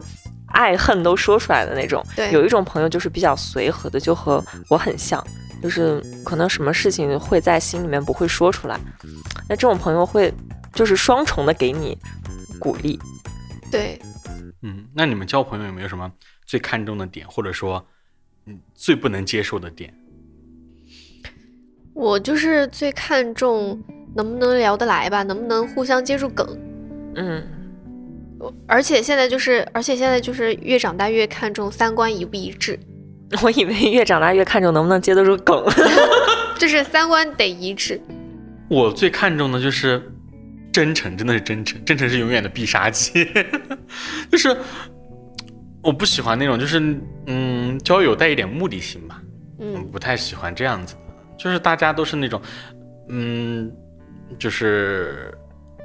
[SPEAKER 4] 爱恨都说出来的那种。
[SPEAKER 3] 对
[SPEAKER 4] 有一种朋友就是比较随和的，就和我很像，就是可能什么事情会在心里面不会说出来。那这种朋友会就是双重的给你鼓励。
[SPEAKER 3] 对，
[SPEAKER 2] 嗯，那你们交朋友有没有什么最看重的点，或者说，嗯，最不能接受的点？
[SPEAKER 3] 我就是最看重能不能聊得来吧，能不能互相接住梗。
[SPEAKER 4] 嗯，
[SPEAKER 3] 我而且现在就是，而且现在就是越长大越看重三观一不一致，
[SPEAKER 4] 我以为越长大越看重能不能接得住梗，
[SPEAKER 3] 就是三观得一致。
[SPEAKER 2] 我最看重的就是真诚，真的是真诚，真诚是永远的必杀技。 就是我不喜欢那种，就是嗯，交友带一点目的性吧，
[SPEAKER 3] 嗯
[SPEAKER 2] 嗯，不太喜欢这样子的。就是大家都是那种，嗯，就是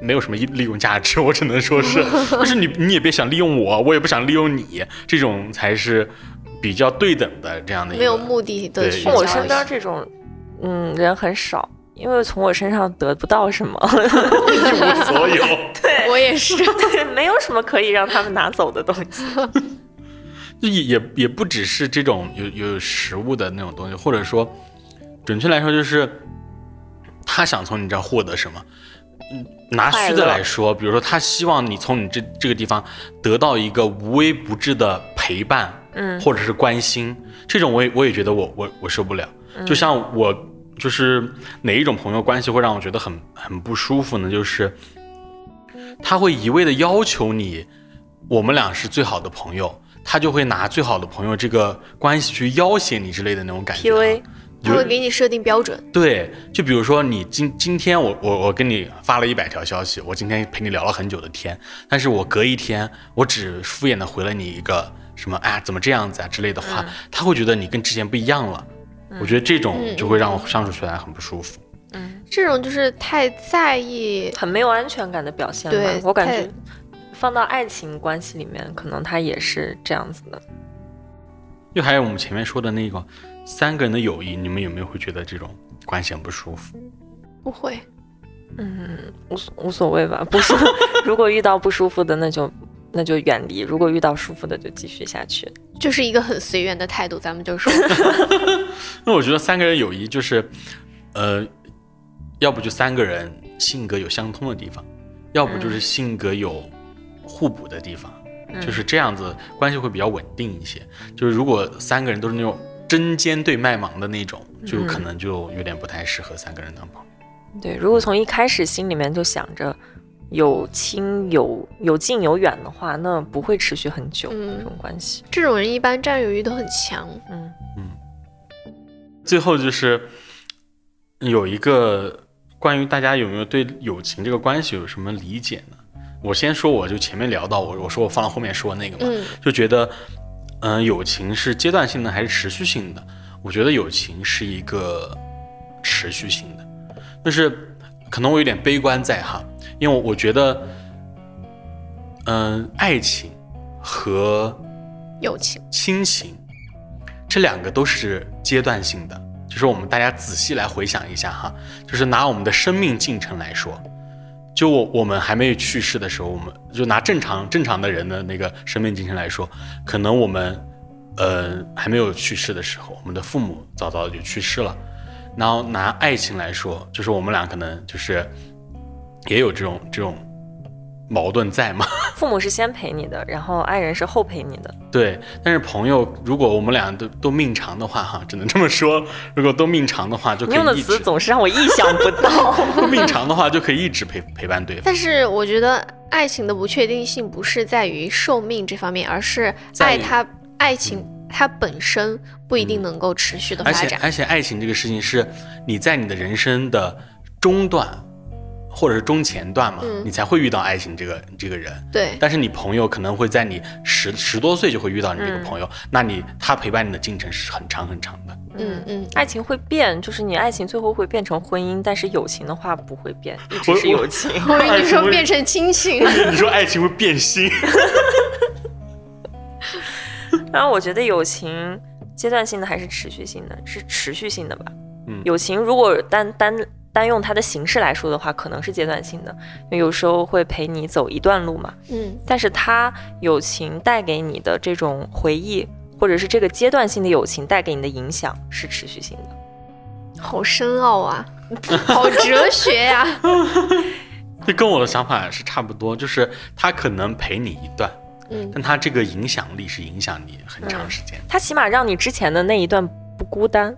[SPEAKER 2] 没有什么利用价值，我只能说 是，就是你你也别想利用我，我也不想利用你，这种才是比较对等的这样的一个。
[SPEAKER 3] 没有目的的
[SPEAKER 2] 对
[SPEAKER 3] 去
[SPEAKER 2] 有
[SPEAKER 3] 交
[SPEAKER 4] 我
[SPEAKER 3] 易
[SPEAKER 4] 身边这种，嗯，人很少，因为从我身上得不到什么，
[SPEAKER 2] 一无所有。
[SPEAKER 3] 我也是，
[SPEAKER 4] 没有什么可以让他们拿走的东西。
[SPEAKER 2] 就也也也不只是这种有有食物的那种东西，或者说，准确来说就是，他想从你这儿获得什么。嗯，拿虚的来说，比如说他希望你从你这这个地方得到一个无微不至的陪伴，
[SPEAKER 4] 嗯
[SPEAKER 2] 或者是关心，这种我也我也觉得我我我受不了。就像我就是哪一种朋友关系会让我觉得很很不舒服呢？就是他会一味的要求你，我们俩是最好的朋友，他就会拿最好的朋友这个关系去要挟你之类的那种感觉啊。
[SPEAKER 4] PUA
[SPEAKER 3] 他会给你设定标准，
[SPEAKER 2] 对，就比如说你今今天我我我跟你发了一百条消息，我今天陪你聊了很久的天，但是我隔一天我只敷衍的回了你一个什么啊怎么这样子啊之类的话，他会觉得你跟之前不一样了。我觉得这种就会让我相处起来很不舒服。
[SPEAKER 3] 这种就是太在意，
[SPEAKER 4] 很没有安全感的表现吧
[SPEAKER 3] 对。
[SPEAKER 4] 我感
[SPEAKER 3] 太
[SPEAKER 4] 觉放到爱情关系里面，可能他也是这样子的。
[SPEAKER 2] 又还有我们前面说的那个三个人的友谊，你们有没有会觉得这种关系很不舒服？
[SPEAKER 3] 不会，
[SPEAKER 4] 无所无所谓吧，不舒 如果遇到不舒服的，那就那就远离；如果遇到舒服的，就继续下去。
[SPEAKER 3] 就是一个很随缘的态度。咱们就 说，
[SPEAKER 2] 那我觉得三个人友谊就是，呃，要不就三个人性格有相通的地方，要不就是性格有互补的地方，就是这样子关系会比较稳定一些。就是如果三个人都是那种针尖对麦芒的那种，就可能就有点不太适合三个人当朋友。
[SPEAKER 4] 对，如果从一开始心里面就想着有亲有有近有远的话，那不会持续很久、
[SPEAKER 3] 嗯
[SPEAKER 4] 这种关系。
[SPEAKER 3] 这种人一般占有欲都很强。
[SPEAKER 4] 嗯，
[SPEAKER 2] 最后就是有一个关于大家有没有对友情这个关系有什么理解呢？我先说，我就前面聊到我我说我放到后面说那个嘛，
[SPEAKER 3] 嗯
[SPEAKER 2] 就觉得，嗯、友情是阶段性的还是持续性的？我觉得友情是一个持续性的，就是可能我有点悲观在哈，因为我我觉得，嗯、爱情和
[SPEAKER 3] 友情，
[SPEAKER 2] 亲情，这两个都是阶段性的。就是我们大家仔细来回想一下哈，就是拿我们的生命进程来说，就我我们还没有去世的时候，我们就拿正常正常的人的那个生命进程来说，可能我们呃还没有去世的时候，我们的父母早早就去世了。然后拿爱情来说，就是我们俩可能就是也有这种这种矛盾在嘛，
[SPEAKER 4] 父母是先陪你的，然后爱人是后陪你的。
[SPEAKER 2] 对，但是朋友，如果我们俩都都命长的话，哈，只能这么说。如果都命长的话，就可
[SPEAKER 4] 你用的
[SPEAKER 2] 以一
[SPEAKER 4] 词
[SPEAKER 2] 直
[SPEAKER 4] 总是让我意想不 到。
[SPEAKER 2] 都命长的话，就可以一直陪陪伴对方。
[SPEAKER 3] 但是我觉得爱情的不确定性不是在于寿命这方面，而是
[SPEAKER 2] 在
[SPEAKER 3] 爱
[SPEAKER 2] 于嗯
[SPEAKER 3] 它爱情它本身不一定能够持续的
[SPEAKER 2] 而
[SPEAKER 3] 发
[SPEAKER 2] 且
[SPEAKER 3] 展。
[SPEAKER 2] 而且，爱情这个事情是你在你的人生的中段或者是中前段嘛，
[SPEAKER 3] 嗯
[SPEAKER 2] 你才会遇到爱情这个这个人。
[SPEAKER 3] 对，
[SPEAKER 2] 但是你朋友可能会在你十十多岁就会遇到你
[SPEAKER 4] 嗯
[SPEAKER 2] 这个朋友，那你他陪伴你的进程是很长很长的。
[SPEAKER 3] 嗯嗯，
[SPEAKER 4] 爱情会变，就是你爱情最后会变成婚姻，但是友情的话不会变，一直
[SPEAKER 2] 我
[SPEAKER 4] 是
[SPEAKER 2] 我
[SPEAKER 4] 友情。
[SPEAKER 3] 我以为
[SPEAKER 2] 爱
[SPEAKER 3] 你
[SPEAKER 2] 情
[SPEAKER 3] 说
[SPEAKER 2] 会
[SPEAKER 3] 变成 亲情，
[SPEAKER 2] 你说爱情会变心？
[SPEAKER 4] 然后我觉得友情阶段性的还是持续性的，是持续性的吧。
[SPEAKER 2] 嗯
[SPEAKER 4] 友情如果单单单用它的形式来说的话，可能是阶段性的，因为有时候会陪你走一段路嘛。
[SPEAKER 3] 嗯，
[SPEAKER 4] 但是它友情带给你的这种回忆，或者是这个阶段性的友情带给你的影响是持续性的。
[SPEAKER 3] 好深奥啊，好哲学呀、
[SPEAKER 2] 这跟我的想法是差不多，就是他可能陪你一段，
[SPEAKER 3] 嗯
[SPEAKER 2] 但他这个影响力是影响你很长时间。
[SPEAKER 4] 它起码让你之前的那一段不孤单，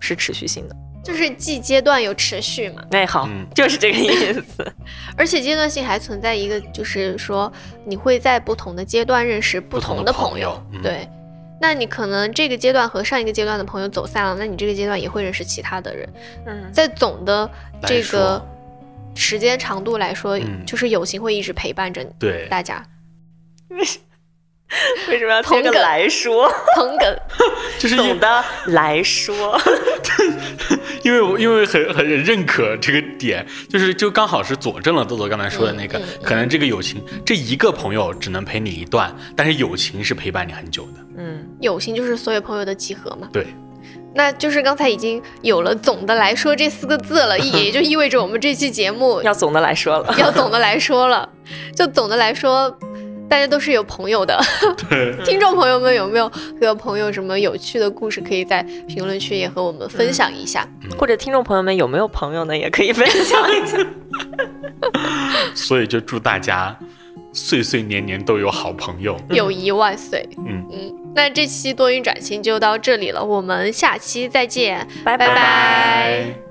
[SPEAKER 4] 是持续性的。
[SPEAKER 3] 就是既阶段又持续嘛，
[SPEAKER 4] 那好，
[SPEAKER 2] 嗯
[SPEAKER 4] 就是这个意思。
[SPEAKER 3] 而且阶段性还存在一个，就是说你会在不同的阶段认识不同
[SPEAKER 2] 不
[SPEAKER 3] 的
[SPEAKER 2] 同的朋
[SPEAKER 3] 朋
[SPEAKER 2] 友嗯
[SPEAKER 3] 对。那你可能这个阶段和上一个阶段的朋友走散了，那你这个阶段也会认识其他的人。
[SPEAKER 4] 嗯，
[SPEAKER 3] 在总的
[SPEAKER 2] 来
[SPEAKER 3] 这个
[SPEAKER 2] 说
[SPEAKER 3] 时间长度来说，
[SPEAKER 2] 嗯
[SPEAKER 3] 就是友情会一直陪伴着你
[SPEAKER 2] 对，
[SPEAKER 3] 大家。
[SPEAKER 4] 为什么要
[SPEAKER 3] 捧
[SPEAKER 4] 接个
[SPEAKER 3] 哏
[SPEAKER 4] 来说？
[SPEAKER 3] 捧哏，
[SPEAKER 2] 就是因
[SPEAKER 4] 总的来说，
[SPEAKER 2] 因为我因为很很认可这个点，就是就刚好是佐证了豆豆刚才说的那个，
[SPEAKER 3] 嗯嗯嗯
[SPEAKER 2] 可能这个友情这一个朋友只能陪你一段，但是友情是陪伴你很久的。
[SPEAKER 4] 嗯，
[SPEAKER 3] 友情就是所有朋友的集合嘛。
[SPEAKER 2] 对，
[SPEAKER 3] 那就是刚才已经有了“总的来说”这四个字了，也就意味着我们这期节目
[SPEAKER 4] 要总的来说了。
[SPEAKER 3] 要总的来说了，就总的来说，大家都是有朋友的。听众朋友们有没有和朋友什么有趣的故事，可以在评论区也和我们分享一下。
[SPEAKER 4] 或者听众朋友们有没有朋友呢？也可以分享一 下。
[SPEAKER 2] 所以就祝大家岁岁年年都有好朋友。
[SPEAKER 3] 友谊万岁！
[SPEAKER 2] 嗯
[SPEAKER 3] 嗯，那这期多云转晴就到这里了，我们下期再见，拜拜
[SPEAKER 2] 拜